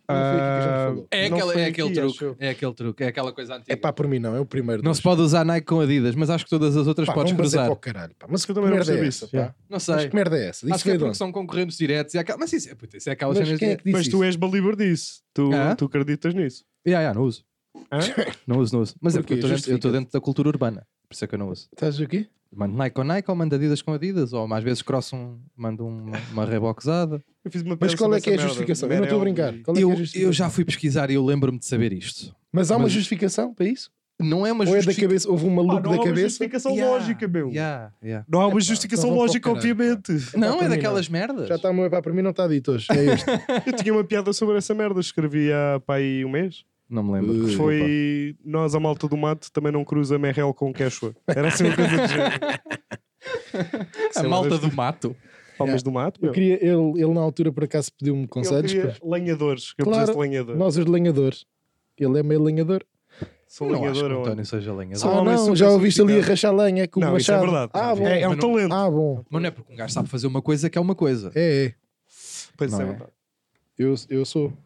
S2: Não foi aqui que a gente
S4: Ah,
S2: falou.
S1: É,
S4: Não
S1: aquela-
S4: foi
S1: é
S4: aqui,
S1: aquele
S4: acho
S1: truque.
S4: eu.
S1: É aquele truque. É aquela coisa antiga.
S2: É pá, por mim não, é o primeiro.
S1: Não se pode usar Nike com Adidas, mas acho que todas as outras
S2: Pá,
S1: podes
S2: vamos fazer
S1: cruzar.
S2: para o caralho, pá. Mas que
S4: Eu também não
S2: merda é
S4: percebi
S2: essa,
S4: isso, já.
S2: pá?
S1: Não
S2: Mas
S1: sei.
S2: que merda é essa? Isso
S1: é Acho que é
S2: veio de
S1: porque
S2: onde?
S1: são concorrentes diretos. E há... ca- Mas isso é, puta, isso é aquelas
S2: Mas
S1: cenas
S2: quem é
S1: de...
S2: que disse
S4: Mas tu
S2: isso?
S4: és belieber disso. Tu,
S1: Hã?
S4: tu acreditas nisso.
S1: Ya, ya, não uso.
S4: Hã?
S1: *laughs* Não uso, não uso. Mas é
S2: Porquê?
S1: porque eu estou dentro- eu estou
S2: Justifica-te.
S1: dentro da cultura urbana. Por isso é que eu não uso.
S2: Estás aqui?
S1: Mando Nike com Nike ou mando Adidas com Adidas. Ou às vezes cross um... Mando uma, uma reboxada.
S4: Eu fiz uma
S2: Mas
S4: peça
S2: qual é
S4: dessa
S2: que é a
S4: merda. um
S2: justificação? Eu não estou a brincar. Qual é que
S1: Eu,
S2: é a justificação?
S1: eu já fui pesquisar e eu lembro-me de saber isto.
S2: Mas há uma
S1: mas-
S2: justificação para isso?
S1: Não é uma
S2: Ou é da
S1: justificação.
S2: cabeça? Houve um
S4: Ah,
S2: maluco
S4: não há
S2: da
S4: uma
S2: cabeça?
S4: justificação
S1: Ya,
S4: lógica, meu.
S1: ya, ya.
S4: Não há uma
S2: Epá,
S4: justificação
S2: então vou
S4: lógica,
S2: para o caralho,
S4: obviamente.
S1: *laughs* Não, é
S2: para mim,
S1: daquelas merdas.
S2: Já tá- está uma para mim, não está dito hoje. É este.
S4: Eu tinha uma piada sobre essa merda, escrevi há pá, aí um mês.
S1: Não me lembro.
S2: Uh,
S4: Que
S1: desculpa.
S4: Eh, foi nós, a malta do mato, também não cruza Merrel com Quechua. Era assim uma coisa de género.
S1: *laughs* A malta do
S4: *laughs*
S1: mato.
S4: Palmas do mato,
S2: Eu
S4: meu.
S2: queria, ele, ele na altura por acaso pediu-me
S4: Eu
S2: conselhos.
S4: queria lenhadores. Eu
S2: Claro,
S4: preciso de lenhador.
S2: Nós os lenhadores. Ele é meio lenhador.
S4: Sou
S1: Não acho que
S4: lenhador
S1: o
S4: ou
S1: António seja lenhador.
S4: Sou
S2: Ah,
S4: um homem
S2: não,
S4: super
S2: já ouviste ali a
S4: sofisticado.
S2: rachar lenha com o
S4: Não,
S2: machado.
S4: isso é verdade.
S2: Ah, bom.
S4: é, é
S1: Mas
S4: um
S1: não-
S4: talento.
S2: Ah, bom.
S1: Mas não é porque um gajo sabe fazer uma coisa que é uma coisa.
S2: É, é.
S4: Pois
S1: Não
S4: é
S1: é?
S4: verdade.
S2: Eu, eu sou.
S1: *laughs*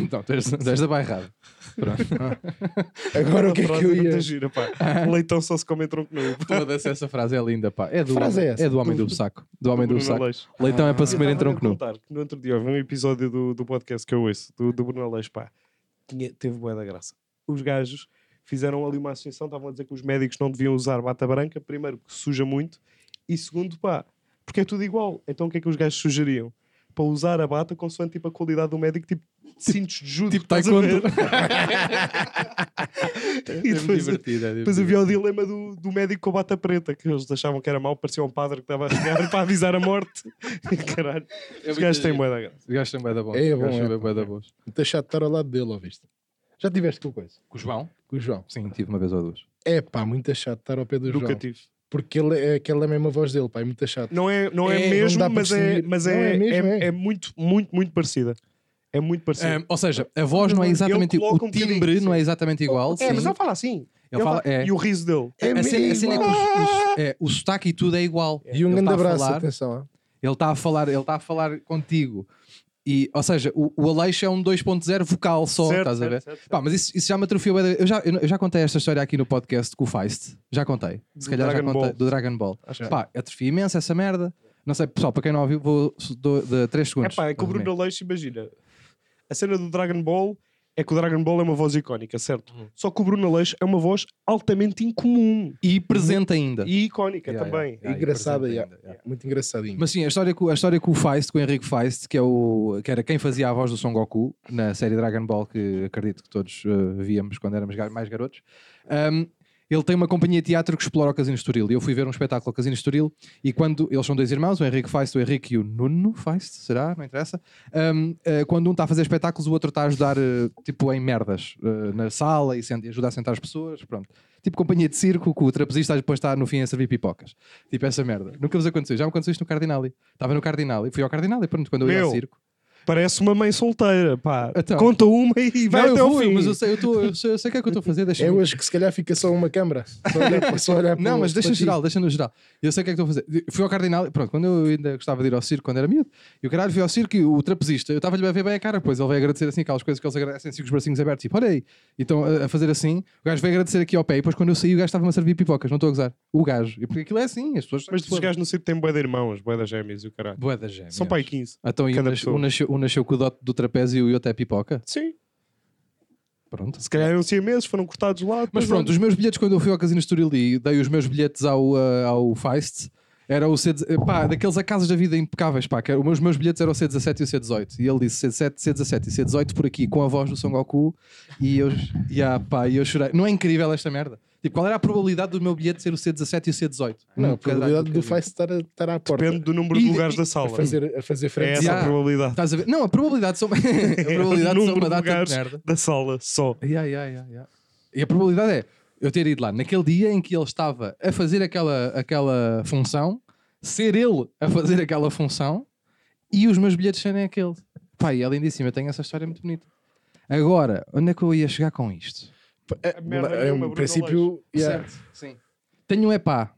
S1: Então, tu és, tu és da bairrada. Pronto.
S2: *laughs* Agora o que é que eu
S4: Frase
S2: ia.
S4: muito gira,
S2: *laughs*
S4: pá. Leitão só se come em tronco novo.
S1: Foda-se, essa frase é linda, pá. É do,
S2: Frase
S1: homem,
S2: é essa?
S1: do homem do saco. Do homem do
S4: Bruno
S1: saco.
S4: Aleixo.
S1: Leitão é para se comer em
S4: Eu tava-lhe
S1: tronco
S4: a *laughs*
S1: nu.
S4: contar que No outro dia houve um episódio do, do podcast que eu ouço, do, do Bruno Aleixo, pá. Tinha- teve boa da graça. Os gajos fizeram ali uma associação, estavam a dizer que os médicos não deviam usar bata branca, primeiro, porque suja muito, e segundo, pá, porque é tudo igual. Então o que é que os gajos sugeriam? Para usar a bata consoante tipo, a qualidade do médico, tipo cintos de judo.
S1: Tipo,
S4: estás a *laughs*
S1: taekwondo. *laughs*
S4: ver? e depois,
S1: divertido, é
S4: depois
S1: divertido.
S4: havia o dilema do, do médico com a bata preta, que eles achavam que era mau, parecia um padre que estava a chegar *laughs* para avisar a morte. Caralho,
S1: É
S4: os gajos têm moeda graça.
S1: Os gajos têm bué da bons.
S2: É
S1: Os gajos
S2: bom,
S1: têm
S2: é
S1: bué da bons.
S2: Muito chato de estar ao lado dele, ouviste? Já tiveste com coisa?
S1: Com o João?
S2: Com o João.
S1: Sim, tive uma vez ou duas.
S2: É pá, muito chato de estar ao pé do
S4: Nunca
S2: João.
S4: tive.
S2: Porque ele é aquela é a mesma voz dele, pá, é muito chato.
S4: Não é, não é,
S2: É, não
S4: mesmo,
S2: dá para
S4: mas, é,
S2: distinguir.
S4: mas
S2: Não
S4: é,
S2: é mesmo,
S4: é-
S2: é.
S4: é muito, muito, muito parecida. É muito parecida.
S1: ou seja, a voz não é
S4: Ele
S1: exatamente
S4: coloca
S1: o
S4: um bocadinho,
S1: timbre, não
S4: sim.
S1: é exatamente igual.
S4: é, mas
S1: sim.
S4: ele fala assim.
S1: Ele fala- é.
S4: E o riso dele.
S2: É
S1: A cena, a cena é que
S2: igual.
S4: *laughs*
S1: os- os- é, o sotaque e tudo é igual.
S2: E um
S1: Ele
S2: grande
S1: tá a
S2: abraço,
S1: falar-
S2: atenção. ah.
S1: Ele está a falar, ele está a falar contigo. E, ou seja, o, o Aleixo é um 2.0 vocal só,
S4: Certo,
S1: estás a
S4: certo,
S1: ver?
S4: certo, certo.
S1: Pá, mas isso, isso já me atrofiou. bué da- Eu já, eu não- eu já contei esta história aqui no podcast com o Feist. Já contei. Se
S4: Do
S1: calhar já
S4: Dragon
S1: contei.
S4: Ball.
S1: Do Dragon Ball.
S4: Acho que
S1: Pá, atrofia imenso essa merda. Não sei, pessoal, para quem não ouviu, vou dou- de 3
S4: É
S1: segundos.
S4: pá, é que o Bruno Aleixo, imagina. A cena do Dragon Ball é que o Dragon Ball é uma voz icónica, certo? Só que o Bruno Aleixo é uma voz altamente incomum
S1: E presente ainda.
S4: e icónica
S1: Yeah,
S4: também.
S1: yeah, yeah, e
S2: Engraçada,
S1: presente
S2: yeah.
S1: ainda, yeah.
S2: Muito engraçadinho.
S1: Mas sim, a história, com, a história com o Feist, com o Henrique Feist, que, é o, que era quem fazia a voz do Son Goku na série Dragon Ball, que acredito que todos eh, víamos quando éramos gar- mais garotos. Ahm, ele tem uma companhia de teatro que explora o Casino Estoril. E eu fui ver um espetáculo ao Casino Estoril. E quando eles são dois irmãos, o Henrique Feist, o Henrique e o Nuno Feist, será? Não interessa. Ahm, eh, quando um está a fazer espetáculos, o outro está a ajudar, eh, tipo, em merdas eh, na sala e sent- ajudar a sentar as pessoas. Pronto. Tipo companhia de circo, que o trapezista depois está no fim a servir pipocas. Tipo essa merda. Nunca vos aconteceu. Já me aconteceu isto no Cardinali. Estava no Cardinali. Fui ao Cardinali, pronto, quando eu ia ao
S4: Meu,
S1: circo.
S4: Parece uma mãe solteira, pá.
S1: Então.
S4: Conta uma e vai
S1: Não,
S4: até
S1: eu
S4: ao
S1: fui,
S4: fim.
S1: mas eu sei, eu, tô- eu sei, eu sei o que é que eu estou
S4: *laughs*
S1: a fazer.
S2: É
S1: Deixa-me
S2: hoje que se calhar fica só uma câmara. Só olhar, só olhar para
S1: Não,
S2: o-
S1: mas deixa
S2: para
S1: no
S2: ti.
S1: geral, deixa no geral. Eu sei o que é que estou a fazer. Fui ao Cardinal, pronto, quando eu ainda gostava de ir ao circo, quando era miúdo, e o caralho fui ao circo e o trapezista, eu estava-lhe a ver bem a cara, pois ele veio agradecer assim, aquelas coisas que eles agradecem assim com os bracinhos abertos, tipo, olha aí, então a, a fazer assim, o gajo veio agradecer aqui ao pé, e depois quando eu saí, o gajo estava-me a servir pipocas, não estou a gozar. O gajo, e porque aquilo é assim, as pessoas.
S4: Mas os gajos no circo têm boé de irmãos, boé das gêmeas e o caralho.
S1: Boa da gêmea.
S4: São pai 15.
S1: Então, e um,
S4: cada
S1: nasceu,
S4: pessoa.
S1: um nasceu- um nasceu com o dote do trapézio e o outro é pipoca.
S4: Sim.
S1: Pronto.
S4: Se calhar eram siameses, foram cortados lá.
S1: Mas
S4: depois
S1: pronto, os meus bilhetes, quando eu fui ao Casino Estoril e dei os meus bilhetes ao, ah, ao Feist, era o C17, pá, daqueles a casas da vida impecáveis, pá, que era, os meus, meus bilhetes eram o C17 e o C18. E ele disse C17, C17 e C18 por aqui, com a voz do Son Goku, e eu, *laughs* e, ah, pá, e eu chorei. Não é incrível esta merda? Tipo, qual era a probabilidade do meu bilhete ser o C17 e o C18?
S2: Não, a
S1: Nunca dá-
S2: probabilidade
S1: nunca
S2: do
S1: vi.
S2: Faz estar, a- estar à porta.
S4: Depende do número de
S1: E-
S4: lugares
S1: e-
S4: da sala.
S2: a fazer, a fazer
S4: É
S2: frente.
S4: essa a
S1: Yeah.
S4: probabilidade.
S1: Estás a ver? Não, a probabilidade
S2: *laughs*
S1: são,
S4: *laughs*
S1: *laughs* a probabilidade
S4: o
S1: são
S4: número
S1: uma
S4: de
S1: data
S4: lugares
S1: de merda.
S4: da sala só.
S1: Ya, ya, ya, ya. E a probabilidade é eu ter ido lá naquele dia em que ele estava a fazer aquela, aquela função, ser ele a fazer aquela função e os meus bilhetes serem aquele. Pá, e é lindíssimo, eu tenho essa história muito bonita. Agora, onde é que eu ia chegar com isto?
S2: É,
S4: A merda
S2: é
S4: nenhuma,
S2: um
S4: Bruno
S2: princípio. yeah. *laughs*
S1: Certo, sim. Tenho um epá.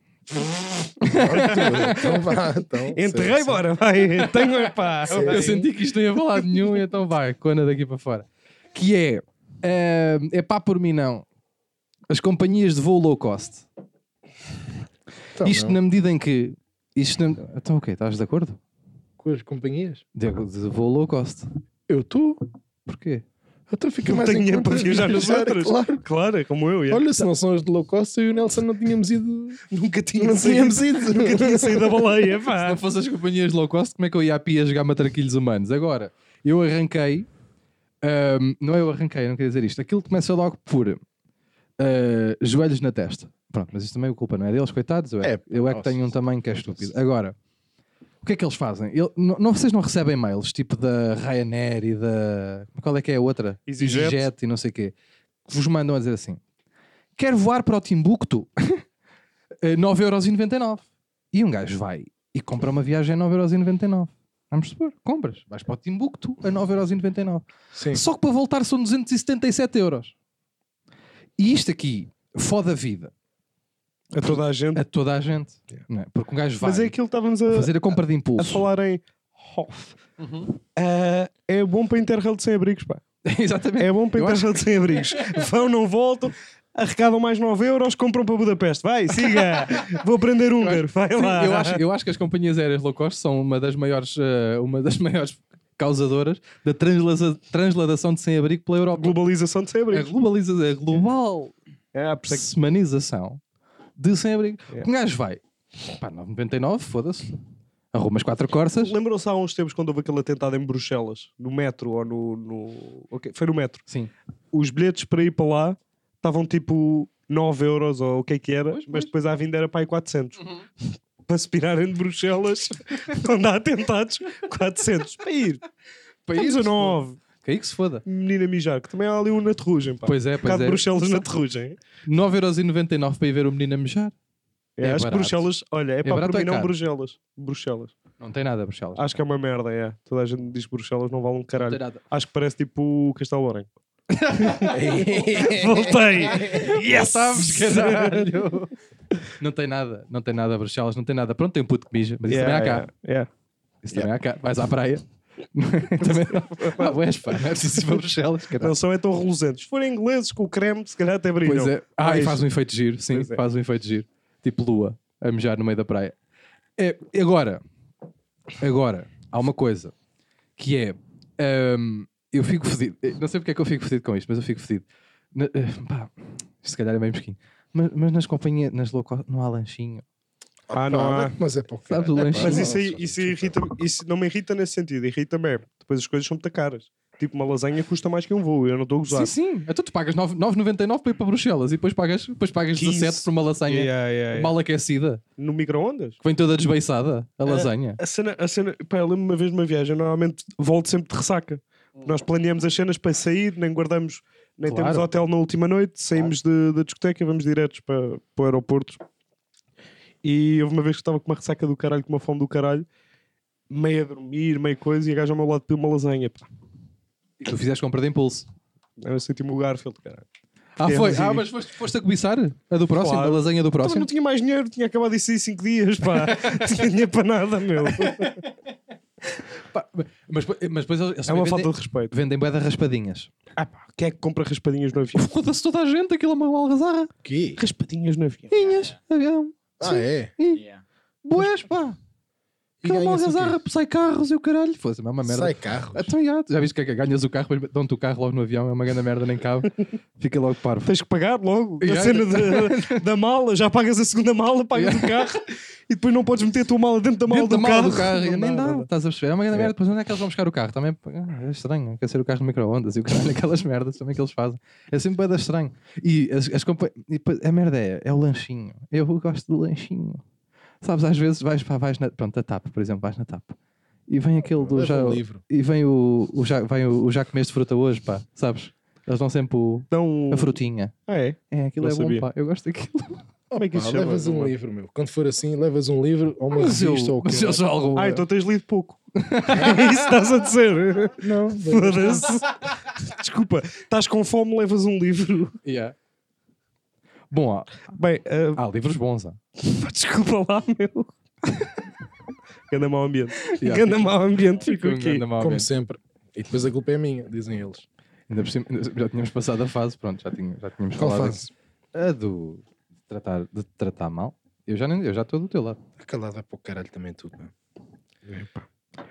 S2: Então vá,
S4: *laughs*
S2: então.
S4: Enterrei, bora, vai. *laughs* Tenho, epá.
S2: Sim.
S4: vai.
S1: Eu senti que isto não ia falar de nenhum, *laughs* então vai, cona daqui para fora. Que é, eh, epá por mim não, as companhias de voo low cost.
S2: Então,
S1: isto
S2: não.
S1: na medida em que. Isto na... Então, ok, estás de acordo?
S2: Com as companhias?
S1: De, de voo low cost.
S2: Eu estou.
S1: Porquê?
S2: Então fica
S4: Não
S2: mais
S4: tenho
S2: em
S4: dinheiro
S2: conta.
S4: para viajar nas
S2: *laughs* Claro,
S4: outras.
S2: Claro.
S4: Claro, é como eu. yeah.
S2: Olha, se não são as de low cost, eu e o Nelson não tínhamos ido.
S4: nunca tinha
S2: Não
S4: saído.
S2: tínhamos
S4: *laughs*
S2: ido.
S4: Nunca tinha saído da
S1: *laughs*
S4: baleia,
S1: Se
S4: pá.
S1: não fossem as companhias low cost, como é que eu ia a pia jogar matraquilhos humanos? Agora, eu arranquei. ahm, não é eu arranquei, eu não queria dizer isto. Aquilo começa logo por ah, joelhos na testa. Pronto, mas isso também é culpa, não é deles, coitados? Eu é,
S2: É,
S1: eu é que
S2: nossa.
S1: tenho um tamanho que é estúpido. Agora, o que é que eles fazem? Ele- não, não- vocês não recebem mails tipo da Ryanair e da. Qual é que é a outra?
S4: EasyJet.
S1: e não sei o quê. Que vos mandam a dizer assim: quer voar para o Timbuktu? *laughs* Eh, 9,99€. E um gajo vai e compra uma viagem a 9,99€. Vamos supor, compras, vais para o Timbuktu a 9,99€.
S2: Sim.
S1: Só que para voltar são 277 euros. E isto aqui foda a vida
S4: A toda a gente.
S1: a toda a gente. não é? Porque um gajo vai
S4: Mas é aquilo que estávamos a,
S1: fazer Uhum. a compra de
S4: a
S1: impulso.
S4: falar em Hoff. Ah, é bom para Interrail de sem abrigos, pá.
S1: *laughs* Exatamente.
S4: É bom para
S1: Eu acho
S4: Interrail de sem
S1: *laughs*
S4: abrigos. Vão, não voltam, arrecadam mais 9 euros, compram para Budapeste. Vai, siga! Vou aprender húngaro, vai
S1: Sim,
S4: lá.
S1: eu, acho, eu acho que as companhias aéreas low cost são uma das maiores, eh, uma das *laughs* maiores causadoras da translasa- transladação de sem-abrigo pela Europa.
S4: Globalização de sem
S1: A,
S4: abrigos.
S1: globaliza a global
S4: É, por isso é que-
S1: semanização de sem-abrigo.
S4: Yeah.
S1: Um gajo vai, pá, 9,99, foda-se, arruma as quatro corças.
S4: Lembram-se há uns tempos quando houve aquele atentado em Bruxelas, no metro ou no. no... ok, foi no metro.
S1: Sim.
S4: Os bilhetes para ir para lá estavam tipo 9 euros ou o que é que era, mas depois à vinda era para aí 400.
S1: Uhum.
S4: *laughs* Para se pirarem de
S1: *laughs*
S4: Bruxelas, quando há atentados, 400. Para ir.
S1: Para
S4: País
S1: isso,
S4: ou 9?
S1: Que aí que se foda.
S4: Menina mijar, que também há ali um na terrugem. Pá.
S1: Pois é,
S4: Cá
S1: pois
S4: de
S1: é.
S4: Bruxelas na terrugem.
S1: 9,99€ para ir ver o menino a mijar.
S4: É,
S1: É
S4: acho que
S1: barato.
S4: Bruxelas, olha, é, para
S1: barato ou
S4: para
S1: é
S4: mim não
S1: caro?
S4: Bruxelas. Bruxelas.
S1: Não tem nada, Bruxelas.
S4: Acho que é uma merda, é. Toda a gente diz que Bruxelas não vale um
S1: Não tem
S4: caralho.
S1: nada.
S4: Acho que parece tipo o Castelo
S1: *laughs*
S4: Branco. Voltei! yes!
S1: Sabes, Ah, caralho. *laughs* não tem nada, não tem nada, Bruxelas, não tem nada. Pronto, tem um puto que mija, mas isso também há cá.
S4: yeah.
S1: Isso também há cá. Vais à praia. *laughs* também há boés, pá. Não é preciso ir para Bruxelas, caralho.
S4: Não são é tão reluzentes. Se forem ingleses com o creme, se calhar até brilham.
S1: Pois é. Ah, e
S4: Mas-
S1: faz um efeito giro, sim,
S4: Pois é.
S1: faz um efeito giro. Tipo lua, a mijar no meio da praia. É, agora, agora, há uma coisa que é. hum, eu fico fedido. Eh, Não sei porque é que eu fico fedido com isto, mas eu fico fedido. Na- eh, pá, isto se calhar é meio mesquinho. Mas, mas nas companhias, nas low cost, não há lanchinho.
S4: Ah, não há.
S2: Mas é para o
S1: Sabes o
S2: caralho.
S1: lanchinho?
S4: Mas isso aí isso irrita isso não me irrita nesse sentido. Irrita-me. é, Depois as coisas são muito caras. Tipo, uma lasanha custa mais que um voo. Eu não estou a gozar.
S1: Sim, sim. Então tu pagas 9 9,99 para ir para Bruxelas e depois pagas, depois pagas
S4: 15.
S1: 17 por uma lasanha
S4: Yeah, yeah, yeah.
S1: mal aquecida,
S4: No micro-ondas?
S1: que vem toda desbeiçada, a lasanha.
S4: A cena, a cena, pá, eu lembro uma vez de uma viagem, eu normalmente volto sempre de ressaca. Nós planeamos as cenas para sair, nem guardamos, nem
S1: Claro.
S4: temos hotel na última noite, saímos de- da discoteca, vamos diretos para, para o aeroporto. E houve uma vez que estava com uma ressaca do caralho, com uma fome do caralho, meio a dormir, meio coisa, e a gaja ao meu lado pediu uma lasanha. Pá.
S1: E tu fizeste compra de impulso.
S4: Eu senti-me o Garfield, caralho.
S1: Ah,
S4: Temos
S1: foi.
S4: e-
S1: Ah, mas foste, foste a cobiçar? A do próximo?
S4: Claro.
S1: A lasanha
S4: Então,
S1: do
S4: eu
S1: próximo?
S4: não tinha mais dinheiro, tinha acabado de sair 5 dias, *laughs* pá. tinha dinheiro para nada, meu.
S1: Pá, mas, mas depois eles eles
S4: É uma
S1: vendem,
S4: falta de respeito.
S1: vendem bué de raspadinhas.
S4: Ah, pá, quem é que compra raspadinhas no avião?
S1: Foda-se toda a gente, aquilo é uma algazarra.
S2: Quê?
S4: Raspadinhas no avião.
S1: Inhas, avião,
S2: Ah, é?
S3: Yeah.
S1: boés, pá.
S2: E
S1: Aquela uma
S2: ganha-se o quê?
S1: algazarra, sai carros e o caralho. Foda-se, é uma merda.
S2: Sai carro.
S1: Então, já, já viste que é que ganhas o carro, depois dão-te o carro logo no avião, é uma grande merda, nem *laughs* cabe. Fica logo parvo.
S4: Tens que pagar logo
S1: Yeah.
S4: a cena
S1: *laughs*
S4: de- da mala, já pagas a segunda mala, pagas o carro e depois não podes meter a tua mala dentro da mala,
S1: Dentro
S4: do,
S1: da mala
S4: carro.
S1: do carro,
S4: Não
S1: nem
S4: dá,
S1: dá,
S4: não dá.
S1: estás a perceber? É uma grande
S4: É.
S1: merda. Depois onde é que eles vão buscar o carro? Também ah, é estranho, aquecer o carro no micro-ondas e o caralho, *laughs* aquelas merdas também que eles fazem. É sempre bem estranho. E as, as compa- e depois, a merda é, é o lanchinho. Eu gosto do lanchinho. Sabes, às vezes vais, pá, vais na. Pronto, a TAP, por exemplo, vais na TAP. E vem aquele do.
S2: Leva
S1: Já,
S2: um livro.
S1: e vem o, o já, vem o, o já comeste fruta hoje, pá, sabes? Eles dão sempre o-
S4: Então,
S1: a frutinha.
S4: ah, é?
S1: É, aquilo
S4: Não
S1: é
S4: sabia.
S1: bom, pá. Eu gosto daquilo. *laughs*
S4: Como é que
S2: Pá,
S4: isso se chama?
S2: levas um livro, meu. Quando for assim, levas um livro ou uma
S1: Ah, Mas eu,
S2: revista ou o é? que
S1: mas eu só algo.
S4: Ah, então tens lido
S1: *laughs*
S4: pouco. é isso que estás a dizer. *laughs*
S2: Não, levas-
S4: Foda-se. Desculpa, estás com fome, levas um livro.
S1: Yeah. Bom, há,
S4: Bem, ah, *laughs*
S1: há livros bons. há.
S4: pá, desculpa lá, meu. *laughs* Ganda mau ambiente.
S1: Yeah.
S4: Ganda mau ambiente, fico
S1: Foi um
S4: aqui.
S1: grande mau
S2: como
S1: momento.
S2: sempre. E depois a culpa é minha, dizem eles.
S1: Ainda por cima, *laughs* ainda- já tínhamos passado a fase, pronto, já, tinha, já tínhamos
S2: Qual
S1: falado.
S2: fase?
S1: A do de tratar, de te tratar mal. Eu já nem- eu já estou do teu lado.
S2: Está calado, vai para o caralho também tudo. meu.
S3: Eu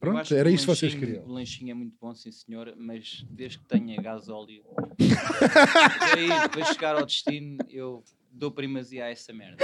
S2: Pronto,
S3: acho
S2: era
S3: que o
S2: isto que vocês
S3: lanchinho-
S2: queriam.
S3: O lanchinho é muito bom, sim senhor, mas desde que tenha gás óleo, daí depois de chegar ao destino, eu dou primazia a essa merda.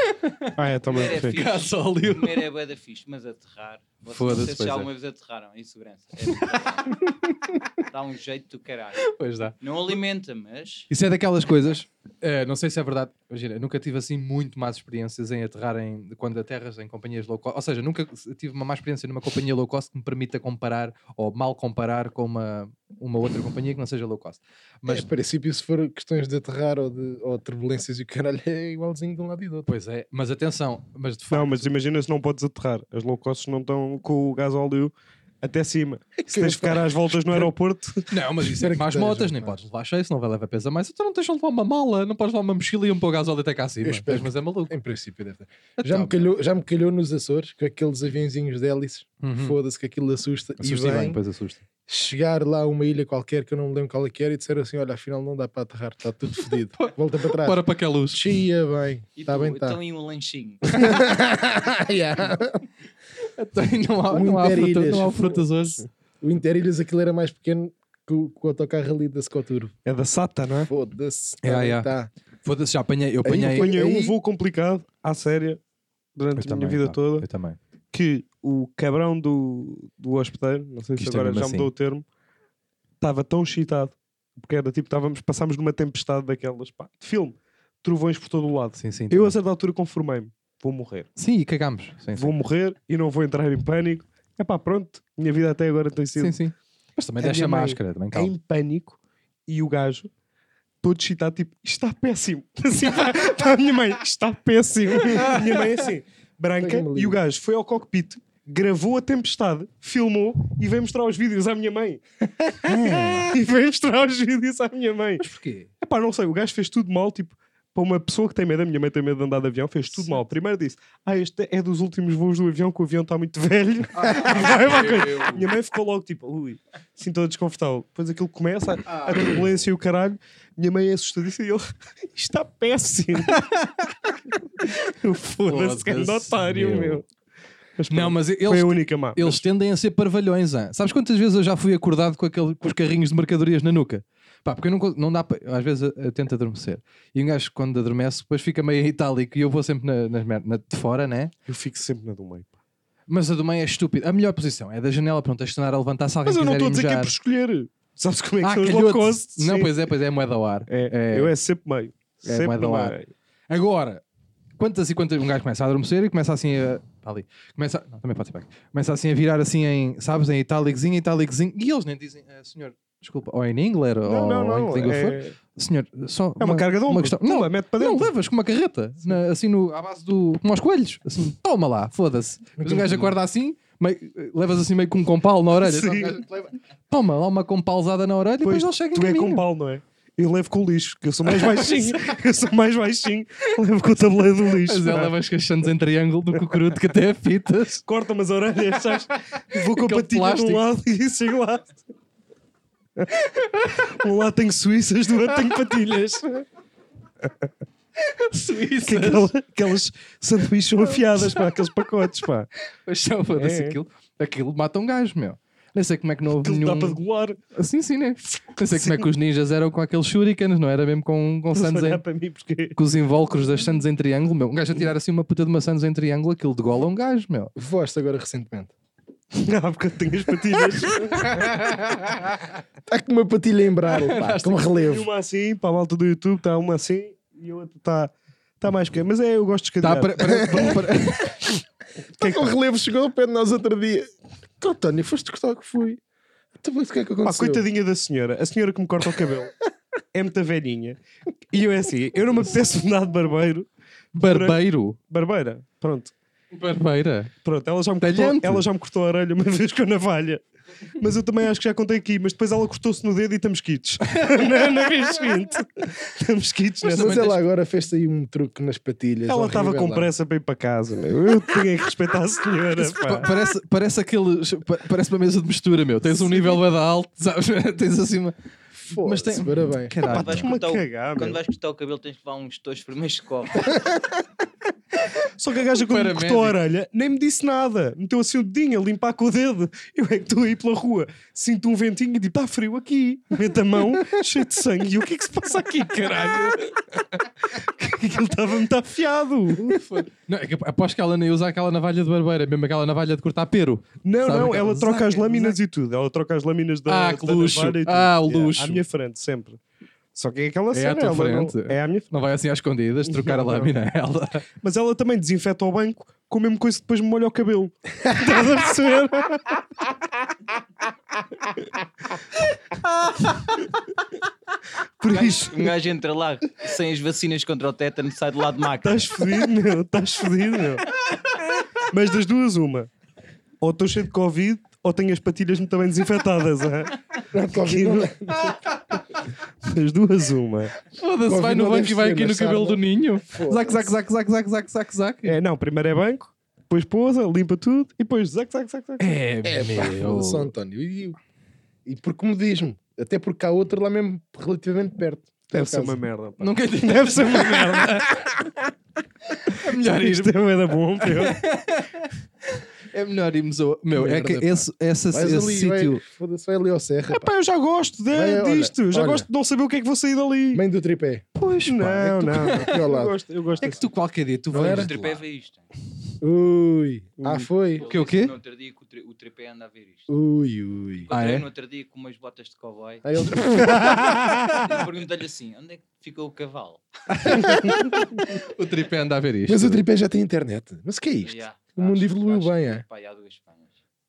S4: Ah, é, também.
S3: Comer é
S4: perfeito.
S3: fixe.
S1: Gás óleo.
S3: Comer é bué da fixe, mas aterrar. Vocês,
S1: Foda-se,
S3: não sei se
S1: pois
S3: já
S1: é.
S3: alguma vez aterraram, em segurança. É muito bom. Dá um jeito do caralho.
S1: Pois
S2: É,
S1: dá.
S3: Não alimenta, mas.
S1: Isso é daquelas coisas, eh, não sei se é verdade, imagina, eu nunca tive assim muito más experiências em aterrar em, quando aterras em companhias low cost, ou seja, nunca tive uma má experiência numa companhia low cost que me permita comparar ou mal comparar com uma, uma outra companhia que não seja low cost.
S2: Mas,
S1: Mas,
S2: a princípio, se for questões de aterrar ou de ou turbulências e o caralho, é igualzinho de um lado e do outro.
S1: pois é, mas atenção, mas de facto,
S4: Não, mas imagina se não podes aterrar. As low cost não estão com o gás óleo a até cima. Se
S2: eu
S4: tens de ficar às voltas no aeroporto,
S1: Não, mas isso é
S2: Espero
S1: que
S2: que
S1: mais
S2: esteja,
S1: motas, nem
S2: mas-
S1: podes levar cheio, senão vai levar peso a mais. Então não tens de levar uma mala, não podes levar uma mochila e um pouco de gasóleo até cá acima.
S2: Eu espero
S1: Mas, mas é maluco.
S2: Em princípio deve ter.
S1: Então,
S2: Já me, calhou, já me calhou nos Açores com aqueles aviãozinhos de hélices.
S1: Uhum.
S2: Foda-se que aquilo assusta,
S1: Assusta
S2: e
S1: bem,
S2: vem
S1: depois assusta.
S2: chegar lá a uma ilha qualquer que eu não me lembro qual é que era e disseram assim: olha, afinal não dá para aterrar, está tudo fodido.
S1: *laughs*
S2: Volta para trás.
S1: Bora para aquela luz.
S2: Chia bem,
S3: E
S2: está
S3: tu,
S2: Tá bem, está.
S3: então e um lanchinho?
S1: Ah, *laughs*
S2: Yeah.
S1: Então, não, há,
S2: Um
S1: não, há fruta-
S2: Interilhas.
S1: não há frutas hoje.
S2: O Interilhas aquilo era mais pequeno que o, que o autocarro ali da Scoturbo.
S4: é da SATA, não é?
S2: Foda-se.
S1: Yeah,
S2: tá bem,
S1: yeah.
S2: tá.
S1: Foda-se, já apanhei. Eu
S2: Aí
S1: apanhei.
S2: foi-
S4: Apanhei um
S2: aí-
S4: voo complicado, à séria, durante a minha
S1: também,
S4: vida
S1: pá,
S4: toda.
S1: Eu também.
S4: que o cabrão do, do hospedeiro, não sei
S1: Que
S4: se
S1: isto é
S4: agora
S1: mesmo
S4: já mudou o termo, estava tão excitado, porque era tipo, estávamos, passámos numa tempestade daquelas, pá, de filme, trovões por todo o lado.
S1: Sim, sim.
S4: Eu a
S1: também.
S4: certa altura conformei-me, vou morrer,
S1: Sim, e cagámos. Sim, sim.
S4: vou morrer e não vou entrar em pânico. É pá, pronto, minha vida até agora tem sido
S1: Sim, sim. Mas também
S4: A
S1: deixa
S4: minha
S1: a
S4: mãe É
S1: máscara, também calma.
S4: em pânico e o gajo todo excitado, tipo, está péssimo. *laughs* Assim, para, para a minha mãe, está péssimo. minha mãe é assim, branca,
S2: Pega-me
S4: e
S2: livre.
S4: o gajo foi ao cockpit, gravou a tempestade, filmou e veio mostrar os vídeos à minha
S1: *laughs*
S4: mãe. *laughs*
S1: É.
S4: e veio mostrar os vídeos à minha mãe.
S1: Mas porquê?
S4: Epá, não sei, o gajo fez tudo mal, tipo, para uma pessoa que tem medo, a minha mãe tem medo de andar de avião, fez tudo mal. Primeiro disse, ah, este é dos últimos voos do avião, que o avião está muito *laughs* velho. Vai, vai, coisa. minha mãe ficou logo tipo, ui, sinto-a desconfortável. Depois aquilo começa, a turbulência e o caralho. Minha mãe é assustadíssima e eu, *laughs* isto está *laughs* péssimo. Eu, Foda-se,
S1: Foda-se,
S4: grande otário,
S1: meu.
S4: meu. Mas,
S1: Não,
S4: pronto,
S1: mas
S4: foi
S1: eles,
S4: a única má.
S1: eles tendem a ser parvalhões. hã? Sabes quantas vezes eu já fui acordado com, aquele, com os carrinhos de mercadorias na nuca? Pá, porque eu não, con- não dá pa- Às vezes eu, eu tento adormecer. E um gajo, quando adormece, depois fica meio itálico e eu vou sempre na, nas mer- na- de fora, né?
S4: Eu fico sempre na do meio. pá.
S1: Mas a do meio é estúpida. A melhor posição é da janela, pronto, a estanar a levantar se alguém
S4: Mas eu não
S1: quiser
S4: estou a
S1: ir
S4: dizer que é
S1: mijar.
S4: por escolher. Sabes como é que
S1: Ah,
S4: são os low
S1: calhou-te.
S4: cost?
S1: Não,
S4: Sim.
S1: pois é, pois é, moeda ao ar.
S4: É, eu é sempre meio. sempre
S1: moeda ao ar.
S4: meio.
S1: Agora, quantas e quantas. Um gajo começa a adormecer e começa assim a. Está ali. Começa. Não, também pode ser bem. Começa assim a virar assim em. Sabes? Em itálicozinho, em itálicozinho. E eles nem dizem. "Ah, senhor, desculpa. Ou em inglês ou
S4: Não, não,
S1: ou em que língua
S4: não.
S1: for.
S4: É,
S1: Senhor, só.
S4: é uma, carga de ombro.
S1: questão-
S4: Pula,
S1: Não,
S4: mete para
S1: não
S4: dentro.
S1: levas com uma carreta. na- assim no, à base do. Como aos coelhos. Assim, toma lá, foda-se. Mas um gajo acorda assim. meio- levas assim meio com um compal na orelha. sabe?
S4: Sim.
S1: Um gajo que leva- Toma lá uma compalzada na orelha e depois
S4: Pois,
S1: eles chegam
S4: tu é com pau, não é? Eu levo com o lixo, que eu sou *laughs* mais baixinho. eu sou mais baixinho. Levo com o tabuleiro do lixo.
S1: Mas ela
S4: pá.
S1: levas caixando em triângulo do cucuruto que até é
S4: *laughs*
S1: fitas.
S4: corta-me as orelhas, sabes? Vou com a
S1: Aquele
S4: patinha de um
S1: plástico.
S4: lado *laughs* e chego lá. Um lado tenho suíças, do outro tenho patilhas.
S1: Suíça.
S4: Que é aquela- aqueles sanduíches são afiadas, pá, aqueles pacotes, pá.
S1: Mas já foda-se
S4: É.
S1: aquilo. Aquilo mata um gajo, meu. Nem sei como é que não houve
S4: Aquilo dá para
S1: nenhum.
S4: degolar.
S1: Sim, sim, né? Nem sei como é que os ninjas eram com aqueles shurikens, não era mesmo com, com
S4: Estás a
S1: sandes
S4: olhar
S1: em.
S4: para mim porque...
S1: Com os invólucros das sandes em triângulo, meu. Um gajo a tirar assim uma puta de uma sandes em triângulo, aquilo degola um gajo, meu.
S2: Voste agora recentemente.
S4: Ah, porque eu tenho as patilhas.
S2: Está com uma patilha
S1: *laughs*
S2: em brado, pá, com
S4: E
S2: relevo.
S4: uma assim, para a malta do YouTube, está uma assim e a outra está... Está mais que... Mas é, eu gosto de
S1: Tá,
S4: escadear.
S1: para, para, para,
S2: Está com é relevo, chegou ao pé de nós outro dia. Então, António, foste gostar que fui. Então, mas o que é
S4: Pá,
S2: que aconteceu?
S4: coitadinha da senhora, a senhora que me corta o cabelo é muito velhinha. E eu é assim, eu não me apeteço de nada de barbeiro.
S1: barbeiro.
S4: Barbeira, pronto.
S1: Barbeira.
S4: Pronto, ela já, me cortou,
S1: Talhante.
S4: ela já me cortou a orelha uma vez com a navalha. Mas eu também acho que já contei aqui. Mas depois ela cortou-se no dedo e estamos quites. *laughs* na, na vez seguinte, estamos quites
S1: Mas
S4: nessa.
S2: Mas
S1: Também é
S2: ela agora fez aí um truque nas patilhas.
S4: Ela estava
S2: horrível,
S4: com
S2: lá.
S4: pressa para ir para casa. Meu. Eu tinha que respeitar a senhora.
S1: Pa-
S4: pá.
S1: Parece, parece aquele. pa- Parece uma mesa de mistura, meu. Tens um nível bada alto, sabes? *laughs* Tens assim uma. Mas
S2: Mas
S1: tem-
S2: tem... Parabéns.
S1: Caralho.
S3: Vais
S4: Estou-me a
S3: cortar o-
S4: cagar, meu.
S3: Quando vais cortar o cabelo tens que levar uns dois primeiros de copo.
S4: Só que a gaja quando me
S1: Paramédico.
S4: cortou a orelha nem me disse nada. Meteu assim o dedinho a limpar com o dedo. Eu é que estou aí pela rua, sinto um ventinho e digo: está frio aqui. Meto a mão, *laughs* cheio de sangue. E o que é que se passa aqui, caralho? *laughs* Aquilo estava muito afiado.
S1: Não, é que aposto que ela nem usa aquela navalha de barbeira, mesmo aquela navalha de cortar pero.
S4: Não,
S1: Sabe
S4: não,
S1: aquela-
S4: ela troca
S1: Zaca,
S4: as lâminas e tudo. Ela troca as lâminas da
S1: Ah, que
S4: da
S1: luxo.
S4: navalha e tudo.
S1: Ah, o
S4: Yeah,
S1: luxo.
S4: À minha frente, sempre. Só que é aquela
S1: à
S4: cena,
S1: tua
S4: ela não-
S1: frente.
S4: é à minha frente.
S1: Não vai assim às escondidas trocar
S4: Não, não.
S1: a lâmina a ela.
S4: Mas ela também desinfeta o banco com a mesma coisa que depois me molha o cabelo. *laughs* Estás a perceber? Por isso,
S3: Um gajo entra lá sem as vacinas contra o tétano sai do lado macro.
S4: estás fodido, meu. Estás fodido, meu. Mas das duas, uma. Ou estou cheio de Covid, ou tenho as patilhas muito bem desinfetadas. hã?
S2: Não, Covid não é. dá.
S4: Das duas, uma.
S1: Foda-se, vai
S2: Covid
S1: no
S2: não
S1: banco
S2: deve
S1: e vai
S2: ser,
S1: aqui no
S2: mas
S1: cabelo do
S2: sarna.
S1: ninho.
S2: Foda-se.
S1: Zac, zac, zac, zac, zac, zac, zac, zac.
S4: É, não, primeiro é banco, depois pousa, limpa tudo e depois zac, zac, zac, zac.
S2: É, pá, São António. E, e por comodismo. Até porque há outro lá mesmo relativamente perto.
S4: Deve ser
S2: Por acaso.
S4: uma merda. Pá.
S1: Nunca tinha
S4: Deve ser uma merda.
S1: é
S2: *laughs*
S1: melhor ir.
S4: Isto é merda bom, pá.
S1: É melhor irmos ao. Meu, é que
S2: Merda, pá.
S1: esse, esse,
S2: Vais
S1: esse
S2: ali, vai-
S1: sítio.
S2: foda-se, vai ali ao Serra. pá.
S4: *laughs* Epá, eu já gosto de,
S2: Vai, olha,
S4: disto. Já
S2: olha.
S4: gosto de não saber o que é que vou sair dali.
S2: Mãe do tripé.
S4: Pois não,
S2: é que tu-
S4: não.
S2: *laughs* aqui ao
S4: Eu
S2: lado.
S4: gosto, eu gosto.
S1: É que tu qualquer dia tu
S2: Não
S1: vais.
S2: era?
S1: lá.
S3: O tripé vê isto.
S2: Ui. Ah,
S4: Ui.
S2: foi?
S1: quê, o
S3: Ele disse
S1: quê?
S3: No outro dia que o, tri- o tripé anda a ver isto.
S2: Ui, ui.
S1: Ah,
S3: Encontrei
S1: é?
S3: no outro dia com umas botas de cowboy
S4: *laughs*
S2: Aí ele...
S3: e perguntei-lhe assim: onde é que ficou o cavalo?
S1: O tripé anda a ver isto.
S2: Mas o tripé já tem internet. Mas o que é
S3: E,
S2: isto?
S3: ah,
S2: O mundo
S3: acho-
S2: evoluiu
S3: acho
S2: bem,
S3: que,
S2: é?
S3: pá, há duas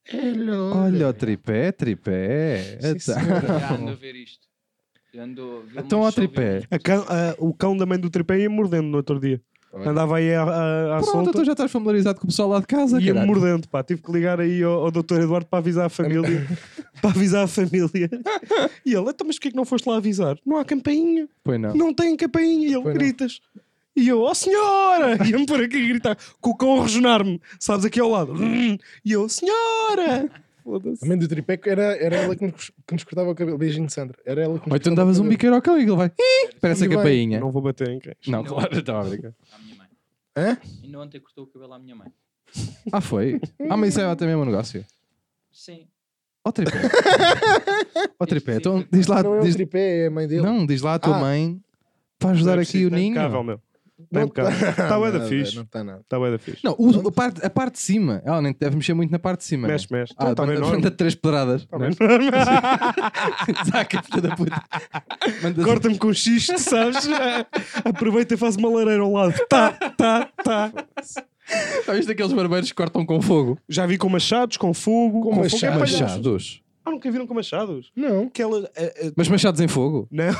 S3: semanas.
S1: Olha o tripé, tripé.
S2: Sim,
S1: Então-
S2: senhora.
S3: Já ando a ver isto. Eu ando a ver
S1: Então
S3: umas
S1: ao tripé.
S4: A cão- a- o cão da mãe do tripé ia mordendo no outro dia.
S2: Olha.
S4: Andava aí à, à, à
S1: Pronto,
S2: então
S4: solta
S1: tu já estás familiarizado com o pessoal lá de casa.
S4: ia
S1: caralho.
S4: mordendo. Pá. Tive que ligar aí ao, ao doutor Eduardo para avisar a
S2: É
S4: família.
S2: *laughs*
S4: para avisar a família. *laughs* E ele, então, mas porquê que não foste lá avisar? Não há campainha.
S1: Pois não.
S4: Não tem campainha. E ele,
S2: Pois não.
S4: gritas. E eu, ó senhora! *laughs* Ia-me por aqui gritar, com o cão a regenar-me, sabes, aqui ao lado. *laughs* E eu, senhora! *laughs*
S2: A mãe do tripé era, era ela que nos, que nos cortava o cabelo. Beijinho, Sandra. Era ela que nos
S1: Ou então
S2: cortava
S1: davas
S2: o
S1: um
S2: cabelo.
S1: biqueiro ao cão e ele vai. "Ih", Parece a
S2: E vai.
S1: campainha.
S4: Não vou bater em quem.
S1: Não, claro, estava a brincar.
S3: à minha mãe.
S2: Hã?
S3: Ainda ontem cortou o cabelo à minha mãe.
S1: Ah, foi? Ah, mas isso é até mesmo um negócio.
S3: Sim.
S1: Ó
S2: *laughs*
S1: tripé. Ó tripé.
S3: Sim,
S1: Então
S3: sim.
S1: diz lá,
S2: Não é o
S1: diz,
S2: tripé, é a mãe dele.
S1: não, diz lá à tua
S2: Ah.
S1: mãe para ajudar
S4: Não é
S1: aqui
S4: preciso,
S1: o
S4: tá
S1: ninho.
S4: impecável, meu. Tá impecável. Está bué da fixe.
S2: Não está nada.
S4: Está bué da fixe.
S1: Não, o- a, parte, a parte de cima. Ela nem deve mexer muito na parte de cima.
S4: Mexe, mexe.
S1: Ah,
S4: Está
S1: tá
S4: bem
S1: manda,
S4: enorme.
S1: manda três pedradas. *laughs*
S4: Tá
S1: né?
S4: bem *laughs*
S1: Saca, filha da puta. Manda assim.
S4: Corta-me com xiste, sabes? Aproveita e faz uma lareira ao lado. Tá, tá, tá.
S1: Já Tá viste aqueles barbeiros que cortam com fogo?
S4: Já vi com machados, com fogo.
S2: Com
S4: fogo é
S2: machados.
S4: palhaço.
S1: Machados.
S4: Ah, nunca viram com machados?
S2: Não.
S4: Que elas. eh, eh,
S1: Mas machados em fogo?
S4: não.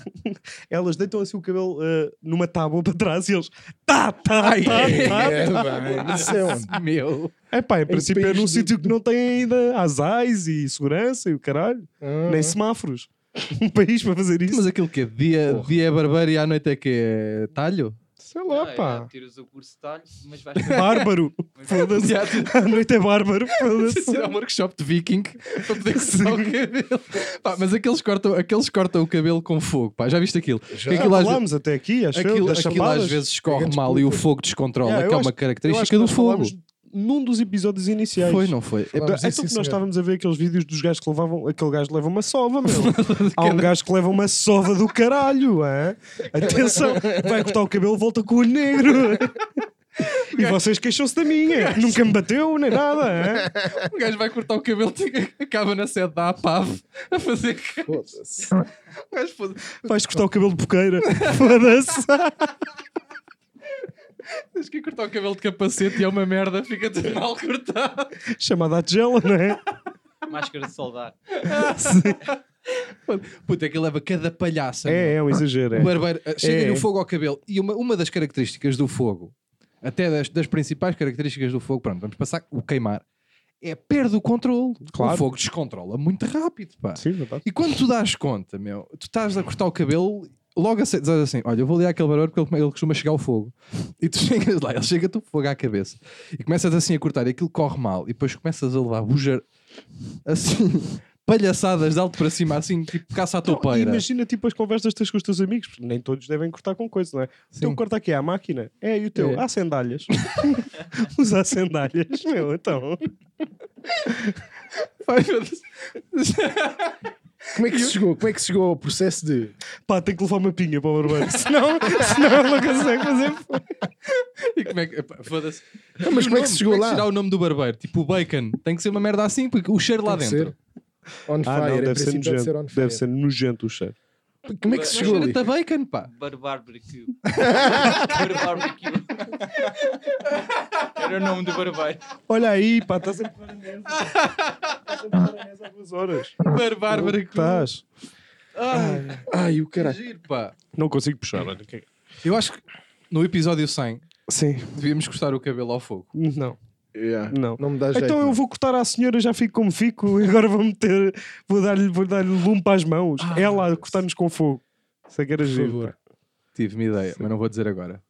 S4: *laughs* elas deitam assim o cabelo eh, numa tábua para trás e eles. Tá, tá, tá, tá.
S2: É, vai. Isso é onde?
S1: Meu.
S4: É pá, em princípio é
S2: país
S4: num
S2: de-
S4: sítio que não tem ainda azais e segurança e o caralho.
S2: Ah,
S4: Nem semáforos. *laughs* Um país para fazer isso.
S1: Mas aquilo que é? Dia, dia é barbeiro e à noite é que é talho?
S4: Sei lá,
S3: Ah, é,
S4: pá.
S3: tiras o curso de talho, mas
S4: *laughs*
S3: vais
S1: *laughs*
S3: fazer.
S4: Bárbaro. Foda-se. *laughs* A noite é bárbaro. Foda-se.
S1: Isso é um workshop de viking para poder cortar o cabelo. Pá, mas aqueles cortam, aqueles cortam o cabelo com fogo, pá. Já viste aquilo?
S2: Já.
S1: Que
S4: Já
S1: aquilo às,
S4: falámos até aqui, acho eu,
S1: aquilo,
S4: das
S1: aquilo
S4: chapadas.
S1: às vezes escorre
S2: Gigantes
S1: mal e o
S2: putas.
S1: fogo descontrola,
S4: Yeah, eu
S1: que é
S4: acho-
S1: uma
S4: eu Eu acho
S1: característica
S4: que
S1: do
S4: nós
S1: fogo.
S4: falámos num dos episódios iniciais.
S1: Foi, não foi? É,
S2: Falámos
S4: Então
S2: disso,
S4: que
S2: sim,
S4: nós
S2: senhor.
S4: estávamos a ver aqueles vídeos dos gajos que levavam. Aquele gajo leva uma sova, meu. Há um gajo que leva uma sova do caralho, é? Atenção, vai cortar o cabelo, volta com o olho negro. E vocês queixam-se da minha, que nunca me bateu nem nada. é?
S1: o um gajo vai cortar o cabelo *laughs* e acaba na sede da APAV a fazer.
S2: Foda-se.
S1: O gajo foda-
S4: Vais cortar o cabelo de boqueira. Foda-se.
S1: Tens que ir cortar o cabelo de capacete e é uma merda, fica tudo mal cortado.
S4: Chamada à tigela, não é?
S3: Máscara de soldar.
S1: Puta, é que ele leva cada palhaça. meu.
S4: É, é um exagero.
S1: O
S4: É.
S1: barbeiro eh, chega-lhe
S4: É.
S1: o fogo ao cabelo. E uma, uma das características do fogo, até das, das principais características do fogo, pronto, vamos passar o queimar, é perde o controle.
S4: Claro.
S1: O fogo descontrola muito rápido, pá.
S4: Sim, verdade.
S1: E quando tu dás conta, meu, tu estás a cortar o cabelo, logo a se- dizes assim: olha, eu vou ali àquele barbeiro porque ele, ele costuma chegar ao fogo. *laughs* E tu chegas lá, ele chega-te o fogo à cabeça. E começas assim a cortar, e aquilo corre mal. E depois começas a levar bujar assim. *laughs* Palhaçadas de alto para cima, assim, tipo caça à
S4: Então,
S1: toupeira.
S4: imagina tipo as conversas que tens com os teus amigos, porque nem todos devem cortar com coisa, não é? O
S1: Sim.
S4: teu corta aqui é a máquina, é e o teu,
S1: É.
S4: há sandálias. *laughs* Usa sandálias, meu, então.
S1: *laughs* Vai, foda-se.
S2: Como é que se chegou? Como é que se chegou ao processo de.
S4: Pá, tem que levar uma pinha para o barbeiro, *laughs* senão, senão ele não consegue fazer.
S1: E como é que. epá, Foda-se.
S2: Não, mas
S1: E o
S2: como é
S1: nome?
S2: que se chegou
S1: Como é
S2: lá?
S1: tirar o nome do barbeiro? Tipo o bacon. Tem que ser uma merda assim, porque o cheiro lá
S2: Tem que
S1: dentro.
S2: ser On Um fire.
S4: Ah, não,
S2: em
S4: deve ser,
S2: princípio, deve ser on
S4: nojento,
S2: fire.
S4: deve ser nojento o cheiro.
S2: Como é que se chegou ali?
S1: Cheira-te a bacon, pá.
S3: Barbar Barbecue. Barbar Barbecue. Era o nome do barbeiro.
S4: Olha aí, pá, estás a empurrar a
S2: *laughs*
S4: mesa. Estás a empurrar a mesa há duas horas.
S1: Barbar, barbacu.
S4: Estás.
S1: Ai,
S2: Ai, o
S1: que
S2: caralho.
S1: giro, pá.
S4: Não consigo puxar, olha. que-
S1: Eu acho que no episódio 100
S4: Sim,
S1: devíamos cortar o cabelo ao fogo.
S4: não.
S2: Yeah.
S4: Não.
S2: Não me dá jeito.
S4: Então eu
S2: não. é?
S4: vou cortar à senhora, já fico como fico, e agora vou meter, vou dar-lhe vou dar lume para as mãos.
S2: Ah,
S4: Ela a cortar-nos com fogo. Se é que era
S2: Por
S4: giro.
S2: favor.
S1: Tive uma ideia, mas não vou dizer agora.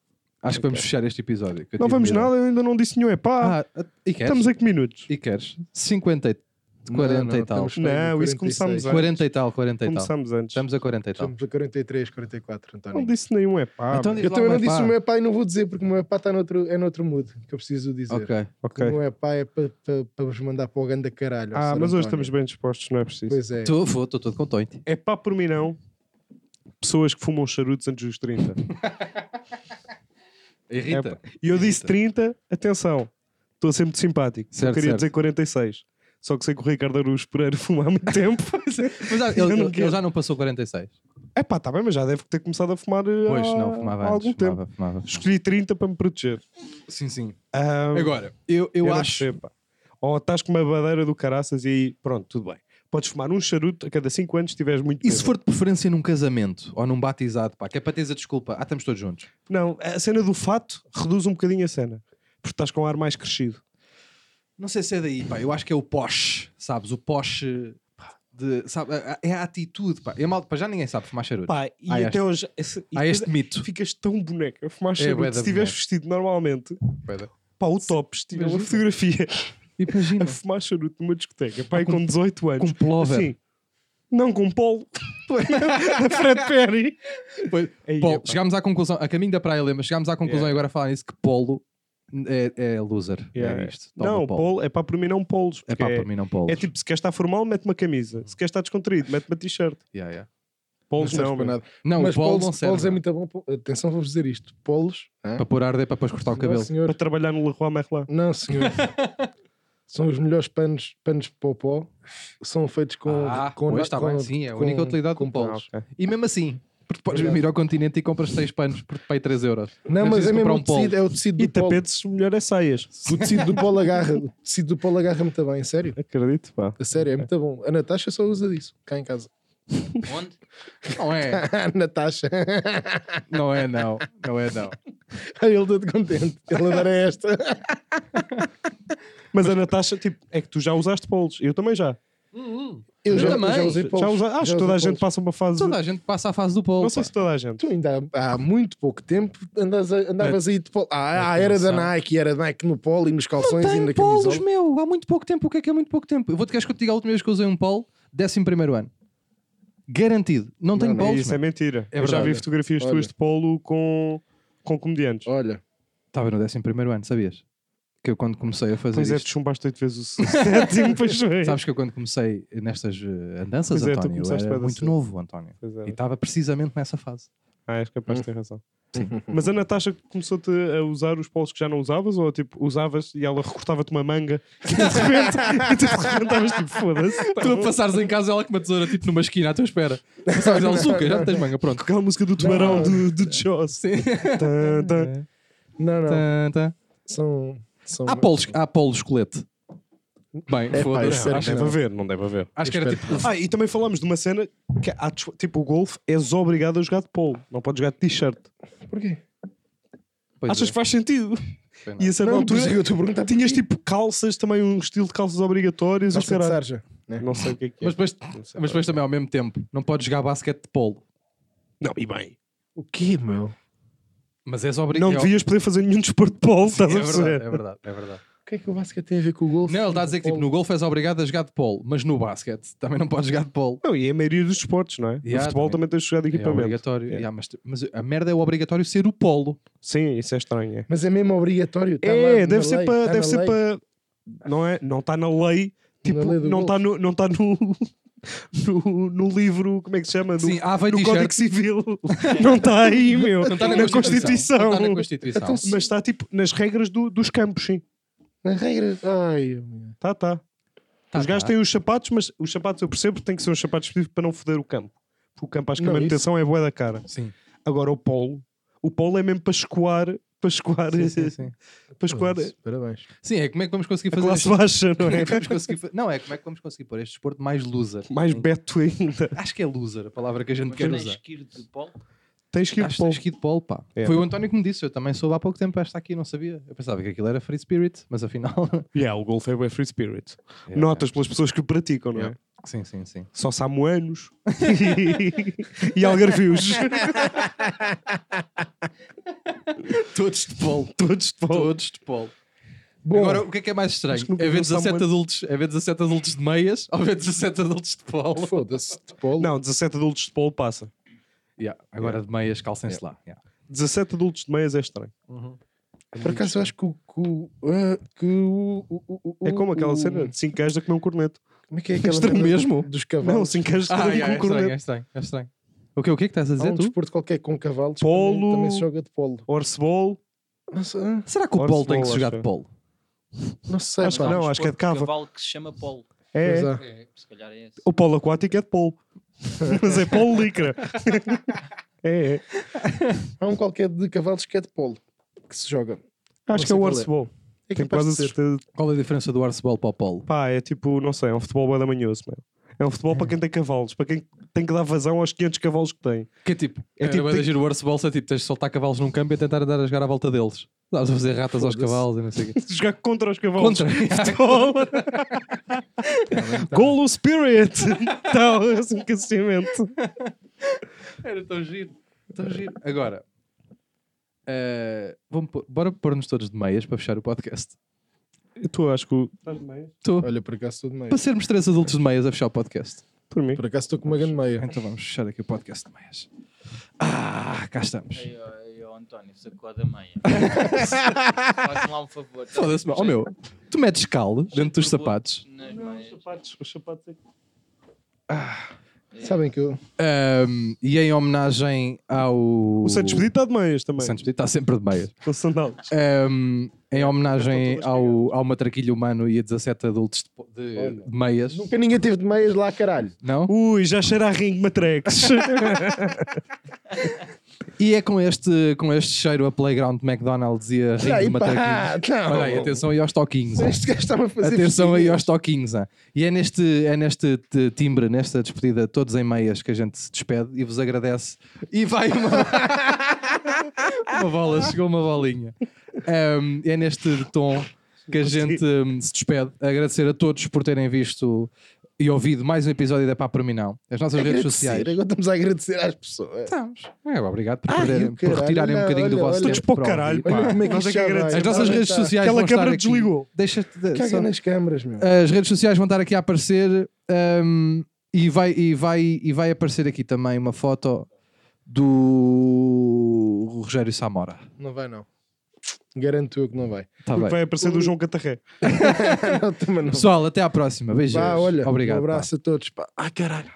S1: Acho que vamos fechar este episódio. que eu
S4: Não
S1: tive uma
S4: vamos
S1: ideia.
S4: nada, eu ainda não disse nenhum é pá.
S1: Ah, ah, e queres?
S4: Estamos a que minutos?
S1: E queres? 50 e... 40 e tal.
S2: estamos bem,
S4: Não, isso
S2: 46.
S4: começámos antes.
S1: 40 e tal, 40 e tal.
S4: Começámos antes.
S1: Então, Estamos a 40 e tal.
S2: Estamos a 43, 44, António.
S4: Não disse nenhum é pá.
S1: Então
S4: meu.
S1: diz
S2: Eu
S1: lá
S2: também
S1: o
S2: não
S1: epá.
S2: disse o meu pai e não vou dizer porque o meu pai está noutro, é noutro mood que eu preciso dizer.
S1: Ok.
S2: Que
S4: Ok.
S2: O meu pai é para pa, pa vos mandar para o ganda caralho.
S4: Ah, mas
S2: Sr.
S4: hoje
S2: António.
S4: estamos bem dispostos, não é preciso.
S2: Pois é.
S1: Estou vou, estou todo contente.
S4: É pá por mim não. Pessoas que fumam charutos antes dos 30. É
S1: Irrita.
S4: pá. E eu disse 30, atenção, estou sempre simpático.
S1: Certo,
S4: eu queria
S1: certo.
S4: dizer 46. Só que sei que o Ricardo Araújo Pereira fuma há muito tempo.
S2: *laughs*
S1: Mas ah,
S4: Eu
S1: ele,
S4: não
S1: ele-
S4: quero.
S1: ele já não passou 46.
S4: É pá, tá bem, mas já deve ter começado a fumar eh,
S1: Pois,
S4: há,
S1: não, fumava
S4: há
S1: antes.
S4: algum tempo.
S1: fumava, fumava.
S4: Escolhi 30 para me proteger.
S1: Sim, sim.
S4: Ah,
S1: Agora, eu, eu,
S4: não
S1: acho.
S4: percebo, pá. Ou estás com uma badeira do caraças e aí, pronto, tudo bem. Podes fumar um charuto a cada 5 anos se tiveres muito
S1: E se
S4: bêbado.
S1: for de preferência num casamento ou num batizado, pá, que é para teres a desculpa, ah, estamos todos juntos.
S4: Não, a cena do fato reduz um bocadinho a cena. Porque estás com um ar mais crescido.
S1: Não sei se é daí, pá, eu acho que é o posh, sabes? O posh pá, de, sabe, a- a- é a atitude, pá. É mal, pá, já ninguém sabe fumar charuto.
S4: Pá, e
S1: Há
S4: até
S1: este-
S4: hoje. esse- e depois
S1: Há Ah, é.
S4: é
S1: este mito.
S4: Ficas tão boneca a fumar charuto.
S1: bué da
S4: se estiveres
S1: boneca.
S4: vestido normalmente, pá, o topes, tira uma
S1: Imagina.
S4: fotografia
S1: Imagina.
S4: a fumar charuto numa discoteca, pá, e com 18 anos.
S1: *laughs* Com plover.
S4: Assim, não com polo. da Fred Perry.
S1: Pois,
S4: Aí,
S1: Polo,
S4: epá.
S1: chegámos à conclusão, a caminho da praia, lembra? Chegámos à conclusão
S4: Yeah.
S1: e agora a falar nisso que polo é, é loser.
S4: Yeah.
S1: É isto. Toma
S4: Não, polo, é pá, para mim não polos.
S1: É
S4: porque
S1: pá, para mim não polo.
S4: É tipo, se queres estar formal, mete uma camisa. Se queres estar descontraído, mete uma t-shirt.
S1: Yeah, yeah.
S4: Polos
S2: serve
S4: não,
S2: para
S4: meu.
S2: nada.
S1: Não,
S2: mas
S1: o polo
S2: polos,
S1: não serve.
S2: polos é muito bom. pô. Atenção, vou-vos dizer isto. Polos. hã?
S1: Para pôr arde é para depois cortar o cabelo.
S2: Não, senhor.
S4: para trabalhar no Leroy Merlin.
S2: Não,
S1: *laughs*
S2: senhor. São os melhores panos, panos de popó. São feitos com.
S1: Ah,
S2: com,
S1: pois, está bem, sim, é a única utilidade
S2: com
S1: do polo.
S2: polos.
S1: E mesmo assim, porque podes mesmo ir ao continente e compras 6 panos por pai 3 euros.
S2: Não, mas
S1: preciso
S2: é mesmo
S1: comprar um
S2: o tecido, é o tecido
S4: E
S2: do polo.
S4: tapetes, o melhor é saias.
S2: O tecido do
S4: *laughs*
S2: polo agarra. O tecido do polo agarra muito bem, a sério.
S4: Acredito, pá.
S2: A sério, é muito bom. A Natasha só usa disso, cá em casa. *laughs*
S3: Onde?
S1: Não é,
S2: A Natasha. *laughs*
S1: não é não, não é não.
S2: Ai, Ele todo contente. Ele
S1: *laughs*
S2: adora esta.
S4: Mas a Natasha, tipo, é que tu já usaste polos. Eu também já.
S1: Eu
S2: já,
S1: também.
S2: já usei
S4: já
S2: polos.
S4: usa...
S2: Já
S4: Acho
S2: usei
S4: que toda a
S2: polos.
S4: gente passa uma fase.
S1: Toda a gente passa à fase do polo.
S4: Não sei
S1: pá.
S4: se toda a gente.
S2: Tu ainda há, há muito pouco tempo andas a- andavas aí de polo. Ah, ah,
S4: É
S2: era da
S1: Atenção.
S2: Nike, era da Nike no polo e nos calções e na
S1: Tenho polos,
S2: camisola.
S1: meu, há muito pouco tempo. O que é que é muito pouco tempo? Eu vou-te queres que eu te diga a última vez que eu usei um polo? 11 primeiro ano. Garantido. Não tenho
S2: não,
S1: polos,
S4: Isso é
S1: meu.
S4: mentira.
S1: É
S4: Eu já vi
S1: verdade.
S4: fotografias
S2: Olha.
S4: tuas de polo com, com comediantes.
S2: Olha,
S1: Estava no 11 primeiro ano, sabias? Que eu quando comecei a fazer
S4: é- Pois é, tu
S1: isto...
S4: chumbaste oito vezes o sétimo, pois
S2: *laughs*
S4: bem.
S1: Sabes que eu quando comecei nestas eh, andanças,
S4: Pois é, tu
S1: António, eu
S4: começaste
S1: era
S4: bué
S1: muito
S4: cedo.
S1: novo, António.
S4: Pois é.
S1: E estava precisamente nessa fase.
S4: Ah, és capaz de ter razão. Mas a Natasha começou-te a usar os polos que já não usavas? Ou tipo, usavas e ela recortava-te uma manga e tu de repente,
S2: *laughs*
S4: e tu de repente estavas tipo, foda-se. tá
S1: *laughs* Tu
S4: bom.
S1: a passares em casa, ela com uma tesoura tipo numa esquina à tua espera. Passares ela, suca, já tens manga, pronto.
S4: Aquela música do tubarão
S2: Não.
S4: do, do Jaws. Tan, tan.
S2: *laughs* não, não.
S1: Tã, tã.
S2: São. são
S1: Há polos, há polos colete. Bem,
S2: É, pá,
S1: foda-se.
S2: isso é-
S1: Acho,
S2: que não.
S4: haver, não deve haver.
S1: acho que era tipo.
S4: Ah, e também falámos de uma cena que há des- tipo o golfe és obrigado a jogar de polo, não podes jogar de t-shirt.
S2: Porquê?
S1: Pois
S4: Achas
S1: é,
S4: que faz sentido?
S1: foi nada.
S4: E a certa
S2: Não, por isso é que
S4: altura
S2: eu estou a perguntar.
S4: tinhas tipo calças, também um estilo de calças obrigatórias, o
S2: Calça de
S4: caralho.
S2: sarja. né?
S4: Não sei o que é que é.
S1: Mas depois,
S4: Não sei.
S1: mas depois também ao mesmo tempo, não podes jogar basquete de polo.
S4: Não, e bem.
S2: O quê, meu?
S1: Mas és obrigado.
S4: Não devias poder fazer nenhum desporto de
S1: *laughs*
S4: polo,
S1: É
S4: estás a
S1: verdade,
S4: perceber?
S1: é verdade, é verdade.
S2: O que é que o basquete tem a ver com o golfe?
S1: Não, ele está a dizer que tipo, no golfe és obrigado a jogar de polo, mas no basquete também não podes jogar de polo.
S4: Não, e é a maioria dos esportes, não é? No
S1: Yeah,
S4: futebol também tens de jogar de
S1: É
S4: equipamento.
S1: obrigatório.
S4: É.
S1: Yeah, mas, mas a merda é o obrigatório ser o polo.
S4: Sim, isso é estranho. é.
S2: Mas é mesmo obrigatório. tá lá
S4: É,
S2: na
S4: deve ser
S2: lei,
S4: para.
S2: tá
S4: deve
S2: na
S4: ser
S2: lei.
S4: para. Não é? Não está na lei. Tipo,
S2: lei do
S4: não está no, não tá no, *laughs* no. no livro. Como é que se chama? No,
S1: Sim, há vai
S4: no
S1: t-shirt.
S4: Código
S1: *laughs*
S4: Civil. não está aí, meu. *laughs*
S1: Não está na,
S4: Constituição.
S1: Não está na Constituição.
S2: Então,
S4: Mas está tipo nas regras do- dos campos, sim.
S2: Na regra. Ai, meu.
S4: Tá, tá.
S1: Tá,
S4: os gajos
S1: tá.
S4: têm os sapatos, mas os sapatos eu percebo que têm que ser uns sapatos específicos para não foder o campo. Porque o campo acho que a
S2: Não, isso-
S4: manutenção é boa da cara.
S1: Sim,
S4: Agora o polo. O polo é mesmo para escoar. Para escoar.
S1: sim, sim, sim.
S4: Para escoar.
S2: Parabéns, Parabéns.
S1: Sim, é como é que vamos conseguir
S4: A
S1: fazer
S4: classe
S1: este...
S4: baixa, não
S1: Como
S4: é?
S1: é que *laughs* vamos conseguir fa- Não, é como é que vamos conseguir pôr este desporto mais loser.
S4: Mais beto ainda.
S1: Acho que é loser a palavra que a gente
S3: Mas
S1: quer
S3: tens
S1: usar.
S3: que ir de polo?
S4: Tens que é ir
S1: Acho que
S4: para o-
S1: tens que ir de polo, pá.
S4: É.
S1: Foi o António que me disse, eu também soube há pouco tempo esta aqui, não sabia. Eu pensava que aquilo era Free Spirit, mas afinal. *laughs*
S4: Yeah, o golfe é bué free spirit. Notas pelas pessoas que o praticam, não é?
S1: Yeah. É. Sim, sim, sim.
S4: Só
S1: *laughs*
S4: samoanos e algarvios.
S1: Todos de polo.
S4: Todos de polo.
S1: Todos de polo.
S2: Bom,
S1: Agora, o que é que é mais estranho?
S4: Acho que nunca
S1: É ver
S4: vi um
S1: 17
S4: Samuel.
S1: adultos, é ver 17 adultos de meias ou ver 17 adultos de *laughs* polo?
S2: foda-se, de polo.
S4: Não, 17 adultos de polo passa.
S1: Yeah, Agora de meias, calcem-se lá. Yeah.
S4: 17 adultos de meias é estranho.
S2: Por acaso eu acho que o. Que, o- ah, que o- o- o- o-
S1: Uh,
S4: É como aquela
S2: o-
S4: cena de 5 gajos a comer um corneto.
S2: Como é que é
S4: *laughs*
S2: aquela
S4: Estranho
S2: merda
S4: mesmo.
S2: Dos
S4: Não,
S2: cavalos.
S4: 5 gajos a
S1: Ah,
S4: comer
S1: yeah,
S4: um
S1: é estranho, é
S4: corneto.
S1: estranho, é estranho. O que, o que é que estás a
S2: Há
S1: dizer
S2: um
S1: tu?
S2: desporto qualquer com cavalos. que
S4: Polo.
S2: Também, também se joga de polo.
S4: Orsebol.
S2: Não sei, ah,
S1: Será que o
S4: Horse
S1: polo tem que
S4: ball,
S1: se jogar
S4: acho
S1: de polo?
S2: não sei,
S4: Acho que
S2: pá.
S4: não. acho que é de cava.
S3: cavalo que se chama polo.
S4: É.
S2: Pois é.
S3: Se calhar é esse.
S4: O polo aquático é de *laughs* polo. Mas é polo licra. *laughs* é, é.
S2: Há um qualquer de cavalos que é de polo. Que se joga.
S4: Acho
S2: sei
S4: que é o
S2: qual é.
S4: Orsebol.
S2: É
S4: Tenho
S2: capaz
S4: quase
S2: de
S4: a
S2: ser.
S4: certeza.
S1: Qual é a diferença do arcebol para o polo?
S4: Pá, é tipo, não sei, é um futebol bué da manhoso, meu. É um futebol para quem tem cavalos, para quem tem que dar vazão aos 500 cavalos que tem.
S1: Que é tipo,
S4: É
S1: é
S4: tipo,
S1: tipo,
S4: tem-
S1: o arcebol, é tipo, tens de soltar cavalos num campo e tentar andar a jogar à volta deles. Estás a fazer ratas aos
S2: Foda-se.
S1: cavalos e não sei o quê.
S4: *laughs* Jogar contra os cavalos. *laughs*
S2: *laughs*
S1: Contra.
S2: Tá
S4: Golo Spirit! *laughs* então, esse aquecimento.
S1: *laughs* Era tão giro. Tão giro. Agora, eh, vamos pôr- bora pôr-nos todos de meias para fechar o podcast.
S4: Tu acho que. o-
S1: Estou.
S2: Olha, por acaso estou de meia.
S1: Para sermos três adultos de meias a fechar o podcast.
S4: Por mim.
S2: Por acaso estou com uma grande meia.
S1: Então vamos fechar aqui o podcast de meias. Ah, cá estamos.
S3: Ei, ó, ei, ó, António, sacode a meia. Faz-me lá um favor. tá?
S1: Foda-se, meu. Oh, meu, tu metes cal dentro dos
S3: Por favor,
S1: sapatos.
S3: nas meias.
S4: sapatos, os sapatos é aqui.
S1: É.
S2: Sabem que eu.
S1: Ahm, e em homenagem ao.
S4: O Santos Pedito está de meias também.
S1: O Santos Pedito está sempre de meias.
S4: Com sandálias.
S1: Um, em homenagem
S4: Estão todas
S1: ao, ao matraquilho humano e a 17 adultos de, de-
S2: Olha.
S1: de meias,
S2: Nunca ninguém teve de meias lá, caralho.
S1: não?
S4: Ui, já cheira a ringue
S2: *laughs*
S4: matrex.
S1: E é com este, com este cheiro a playground de McDonald's e a ringue
S2: Ai,
S1: de
S2: pá,
S1: matraquilhos.
S2: *laughs* não.
S1: Olha aí, atenção aí aos toquinhos. hein?
S2: Este gajo estava a fazer.
S1: Atenção aí
S2: festinha.
S1: aos toquinhos. hein? E é neste, é neste t- timbre, nesta despedida, todos em meias, que a gente se despede e vos agradece. E vai uma,
S2: *laughs*
S1: uma bola, chegou uma bolinha. Um, é neste tom que a gente um, se despede. Agradecer a todos por terem visto e ouvido mais um episódio da Pá para mim não. As nossas redes
S2: Agradecer,
S1: sociais.
S2: Agora estamos a agradecer às pessoas.
S1: Estamos. É, obrigado por,
S2: Ai,
S1: perderem-
S2: o
S1: por
S2: caralho,
S1: retirarem um
S2: olha,
S1: bocadinho do
S2: olha,
S1: vosso
S2: olha.
S4: Todos
S1: tempo.
S4: para o
S1: para
S4: caralho,
S1: ouvir.
S4: pá.
S2: Olha como é que
S4: Nós é
S2: isto
S4: que
S2: já vai.
S4: agradecemos.
S1: As nossas
S2: Olha,
S1: redes
S2: tá.
S1: sociais
S4: Aquela
S1: vão estar
S4: câmara
S1: aqui.
S4: desligou.
S1: Deixa-te... de-
S2: Caga
S1: só-
S2: nas câmaras, meu.
S1: as redes sociais vão estar aqui a aparecer hum, e, vai, e, vai, e vai aparecer aqui também uma foto do Rogério Samora.
S2: Não vai, não. Garanto eu que não
S1: *laughs*
S2: vai.
S1: Tá
S4: Porque
S1: bem.
S4: vai aparecer do João Catarré.
S2: não, também não.
S1: Pessoal, até à próxima. Beijos.
S2: Vá, olha.
S1: Obrigado.
S2: Um
S1: pá.
S2: abraço a todos. Pá. Ai, caralho.